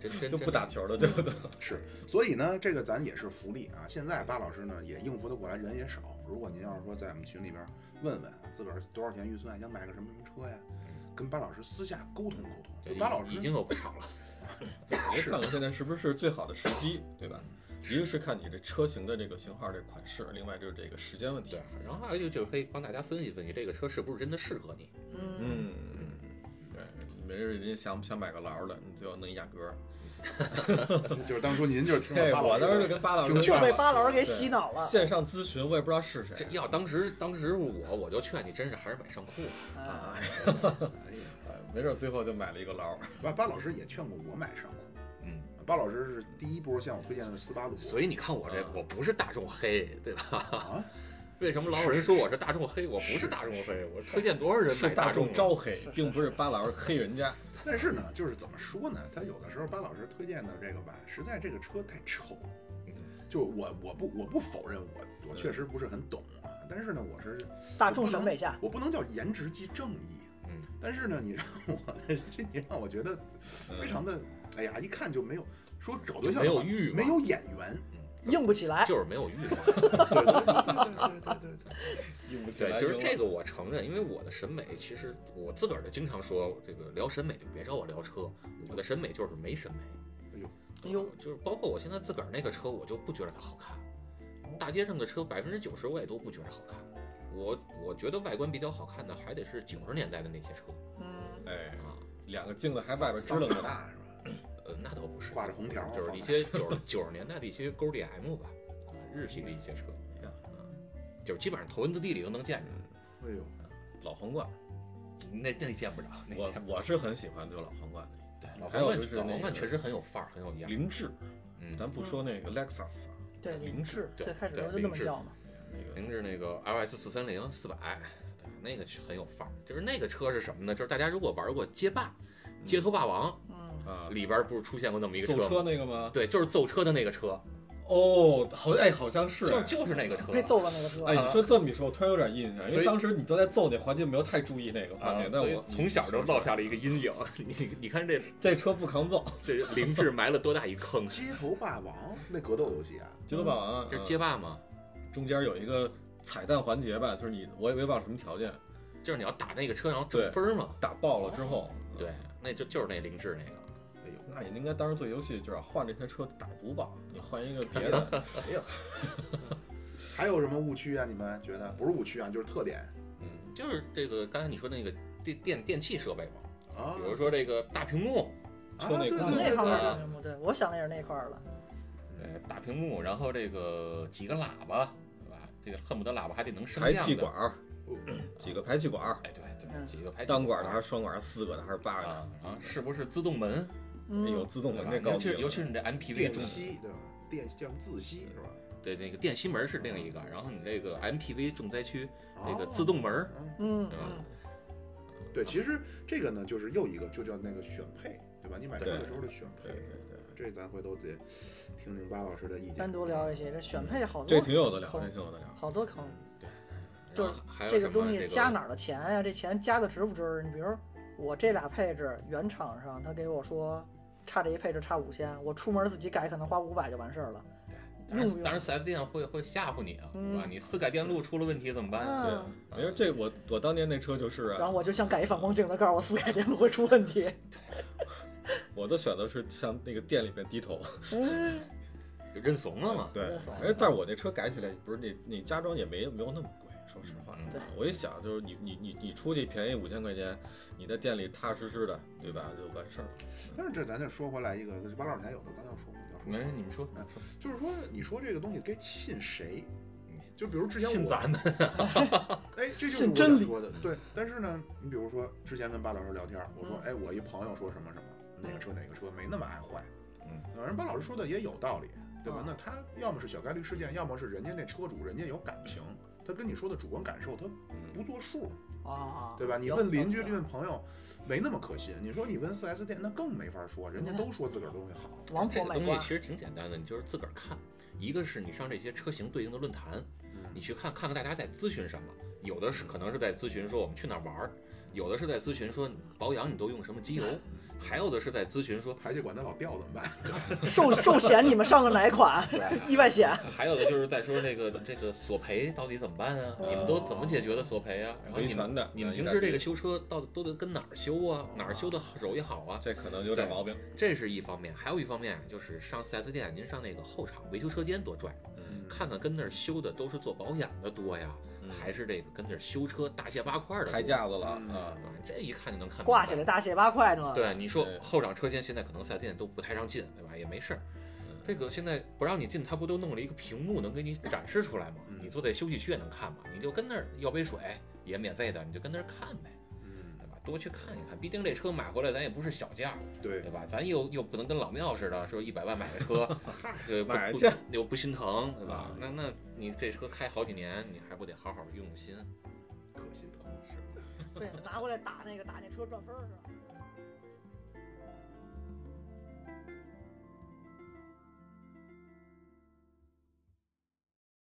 S1: 真真嗯
S2: 就不打球了，就就。
S3: 是，所以呢，这个咱也是福利啊。现在巴老师呢也应付得过来，人也少。如果您要是说在我们群里边问问自个儿多少钱预算，想买个什么什么车呀，
S2: 嗯
S3: 跟巴老师私下沟通沟通。
S1: 对
S3: 就巴老师
S1: 已经有不少了。
S2: 我就看看现在是不是最好的时机，对吧？一个是看你这车型的这个型号、这款式，另外就是这个时间问题
S1: 对。，然后还有一个就是可以帮大家分析分析这个车是不是真的适合你。
S4: 嗯，
S2: 嗯，对，没准人家想想买个劳儿的，你就要弄一雅阁。
S3: 就是当初您就是听了
S2: 对，
S3: 巴老
S2: 我
S3: 师
S2: 当时就
S3: 的，
S2: 跟巴老师
S3: 听
S4: 就
S3: 劝
S2: 说
S4: 被巴老师给洗脑了。
S2: 线上咨询，我也不知道是
S1: 这
S2: 谁。
S1: 要当时当时是我，我就劝你，真是还是买上酷吧。
S4: 啊，
S2: 呃没准最后就哎买了一个劳儿。
S3: 巴巴老师也劝过我买上酷。
S1: 嗯，
S3: 巴老师是第一波向我推荐的斯巴鲁，
S1: 所以你看我这
S2: 啊，
S1: 我不是大众黑，对吧？
S3: 啊，
S1: 为什么老有人说我是大众黑？我不是大众黑，我推荐多少人
S2: 是
S1: 买
S2: 大
S1: 众
S2: 众
S1: 了
S2: 招黑
S4: 是是，
S2: 并不是巴老师黑人家。
S3: 但是呢，就是怎么说呢？他有的时候巴老师推荐的这个吧，实在这个车太丑了。
S1: 嗯
S3: 就我我不我不否认我我确实不是很懂啊，但是呢，我是
S4: 大众审美下，
S3: 我不能叫颜值即正义，
S1: 嗯，
S3: 但是呢，你让我 这你让我觉得
S2: 嗯
S3: 非常的，哎呀，一看就没有说找
S1: 就
S3: 对象
S1: 没有
S3: 吧
S1: 欲望
S3: 没有眼缘，
S4: 硬不起来。
S1: 啊就是没有欲望。
S3: 对对对对对对对对，
S2: 用不起
S1: 对，
S2: 来，
S1: 就是这个
S2: 个。
S1: 我承认，因为我的审美其实我自个儿就经常说，这个聊审美就别找我聊车，我的审美就是没审美。
S4: 哎呦，
S1: 就是包括我现在自个儿那个车，我就不觉得它好看。大街上的车百分之九十我也都不觉得好看。我我觉得外观比较好看的还得是九十年代的那些车
S4: 嗯，
S2: 哎，
S1: 啊，
S2: 两个镜子还外边支
S3: 桑
S2: 棱
S3: 塔
S2: 着呢。
S3: 纳是吧？
S1: 呃，那倒不是，
S3: 挂着红条儿
S1: 就是一些九十九十年代的一些勾 DM 吧，啊日系的一些车，
S2: 呀
S1: 嗯，就是基本上头文字 D 里都能见着，
S3: 哎呦，
S2: 老皇冠，
S1: 那那见不着，那
S2: 我
S1: 见不着。
S2: 我是很喜欢，就老皇冠。
S1: 对
S2: 老
S1: 黄冠
S2: 黄冠，就是
S1: 老
S2: 那
S1: 黄冠
S2: 个
S1: 确实很有范儿，很有样。
S2: 凌志，
S1: 嗯，
S2: 咱不说那个 Lexus，啊
S4: 对，凌志最开始时候就这么叫嘛。
S2: 那个
S1: 凌志那个 LS 四三零四百，那个很有范儿。就是那个车是什么呢？就是大家如果玩过街霸、街头霸王
S4: 嗯，
S2: 啊，
S1: 里边不是出现过那么一个
S2: 走
S1: 车吗？
S2: 车那个吗？
S1: 对，就是揍车的那个车，
S2: 哦，好哎，好像是
S1: 就
S2: 哎
S1: 就是那个车。
S4: 被揍了那个车。
S2: 哎，你说这么一说，我突然有点印象，因
S1: 所以
S2: 为当时你都在揍那环节，没有太注意那个环
S1: 啊
S2: 节。，但
S1: 所以
S2: 我
S1: 从小就落下了一个阴影。 你你看这
S2: 这车不抗揍，
S1: 这凌志埋了多大一坑？
S3: 街头霸王那格斗游戏啊，
S2: 街头霸王啊
S1: 就是街霸嘛，
S2: 中间有一个彩蛋环节吧，就是你我也没忘什么条件，
S1: 就是你要打那个车，然后挣分儿嘛。
S2: 打爆了之后，
S1: 哦
S2: 啊
S1: 对，那就就是那凌志那个。
S3: 哎呦，
S2: 那也应该当时做游戏就是换这台车打不爆，你换一个别的，
S3: 还有什么误区啊？你们觉得不是误区啊，就是特点
S1: 嗯，就是这个刚才你说那个电电电器设备嘛，
S3: 啊，
S1: 比如说这个大屏幕，
S2: 车内
S3: 啊对
S2: 功
S3: 对
S4: 嗯那
S3: 对
S4: 方面的屏幕，对我想的也是那块儿了。
S1: 呃，大屏幕，然后这个几个喇叭，对吧？这个恨不得喇叭还得能升
S2: 排
S1: 降
S2: 气
S1: 的
S2: 管，儿，
S3: 哦
S2: 几个排气管儿，
S1: 哎，对对，
S4: 嗯
S1: 几个排气
S2: 单管的还是双管儿，四个的还是八个
S1: 啊
S2: 的？
S1: 啊，是不是自动门？
S2: 哎有
S4: 嗯，
S2: 自动
S1: 对
S2: 门
S1: 吧
S2: 这高
S1: 尤
S2: 级
S1: 其
S2: 了，
S1: 尤其是你这 MPV
S3: 电
S1: 中，
S3: 吸对吧？电叫自吸是吧？
S1: 对那个电吸门是另一个，然后你这个 MPV 重灾区这个
S3: 哦
S1: 自动门儿，
S4: 嗯
S1: 对吧
S4: 嗯，
S3: 对，其实这个呢，就是又一个就叫那个选配，对吧？你买车的时候的选
S2: 对
S3: 配
S2: 对，对，
S3: 这咱回头得听听巴老师的意见。
S4: 单独聊一些这选配好
S2: 这
S4: 多
S2: 挺有的聊，
S4: 坑
S2: 这挺有的聊。
S4: 好多坑，哦就
S1: 然
S4: 是
S1: 后还有
S4: 这
S1: 什
S4: 个
S1: 么
S4: 东
S1: 这
S4: 西
S1: 个
S4: 加哪儿的钱呀？这钱加的值不值？你比如我这俩配置，原厂上他给我说差这一配置差五千，我出门自己改可能花五百就完事儿了。
S1: 嗯当然
S4: 用不，用
S1: 当然4 S 店会会吓唬你啊，
S4: 嗯
S1: 对吧？你四改电路出了问题怎么办？
S2: 对
S4: 啊，，
S1: 嗯
S2: 没有这我我当年那车就是
S4: 然
S2: 啊，
S4: 后我就想改一反光镜，他告诉我四改电路会出问题。
S2: 我的选择是向那个店里面低头。
S4: 嗯，
S1: 就认怂了嘛。
S2: 对
S4: 认怂，
S2: 哎，但是我那车改起来不是那那加装也没没有那么贵，说说实话，
S1: 嗯
S4: 对
S2: 我一想就是你你你你出去便宜五千块钱，你在店里踏踏实实的，对吧？就完事儿了。
S3: 但是这咱就说回来一个，八老家有的刚才我说不
S1: 没
S3: 掉
S1: 事，你们说，
S4: 嗯
S3: 就是说你说这个东西该信谁
S1: 嗯？
S3: 就比如之前我
S1: 信咱们，
S3: 哎，这就是
S6: 信
S3: 我
S6: 真
S3: 想
S6: 理
S3: 说的。对，但是呢，你比如说之前跟巴老师聊天儿，我
S4: 嗯
S3: 说，哎，我一朋友说什么什么，哪个车哪个车没那么爱坏，
S1: 嗯，
S3: 反正巴老师说的也有道理，对吧
S4: 啊？
S3: 那他要么是小概率事件，要么是人家那车主人家有感情，他跟你说的主观感受他
S2: 嗯，
S3: 不作数，
S4: 啊，
S3: 对吧？你
S4: 有
S3: 问邻居，
S4: 有
S3: 你问朋友，没那么可信。你说你问 4S 店，那更没法说，人
S4: 嗯
S3: 家都说自个儿东西好。
S4: 王
S1: 这
S4: 婆
S1: 个
S4: 卖
S1: 东西
S4: 瓜
S1: 其，实挺简单的，你就是自个儿看。一个是你上这些车型对应的论坛，你
S3: 嗯，
S1: 去看看看大家在咨询什么，有的是可能是在咨询说我们去哪儿玩儿，有的是在咨询说保养你都用什么机油，还有的是在咨询说，
S3: 排气管它老掉怎么办？
S4: 寿寿险你们上的 哪一款？意外险
S1: 还有的就是在说这个这个索赔到底怎么办啊？你们都怎么解决的索赔啊？然后
S2: 维
S1: 你们
S2: 权的，呃
S1: 你们
S2: 一
S1: 平
S2: 大
S1: 时这
S2: 堆
S1: 个修车到底都得跟哪儿修啊？哪儿修的手艺好啊？
S2: 这可能有点
S1: 对
S2: 毛病。
S1: 这是一方面，还有一方面就是上 4S 店，您上那个后厂维修车间多转转，
S2: 嗯
S1: 看看跟那儿修的都是做保养的多呀，
S2: 嗯
S1: 还是这个跟那儿修车大卸八块的多
S2: 抬架子了
S3: 嗯
S2: 啊，
S1: 啊？这一看就能看
S4: 挂
S1: 明
S4: 起
S1: 白
S4: 来。大卸八块呢。
S1: 对，你说
S2: 对
S1: 后厂车间现在可能 4S 店都不太让进，对吧？也没事儿。
S2: 嗯
S1: 这个现在不让你进，他不都弄了一个屏幕能给你展示出来吗？
S3: 嗯
S1: 你坐在休息区也能看嘛，你就跟那儿要杯水也免费的，你就跟那儿看呗，
S3: 嗯，
S1: 对吧？多去看一看，毕竟这车买回来咱也不是小价，
S3: 对
S1: 对，吧？咱又又不能跟老庙似的，说一百万买个 车，对，不
S2: 买
S1: 不
S2: 去
S1: 又不心疼，对吧
S2: 啊？
S1: 那那你这车开好几年，你还不得好好用用心？
S3: 可心疼。
S4: 对，拿回来打那个打那车转分儿是吧？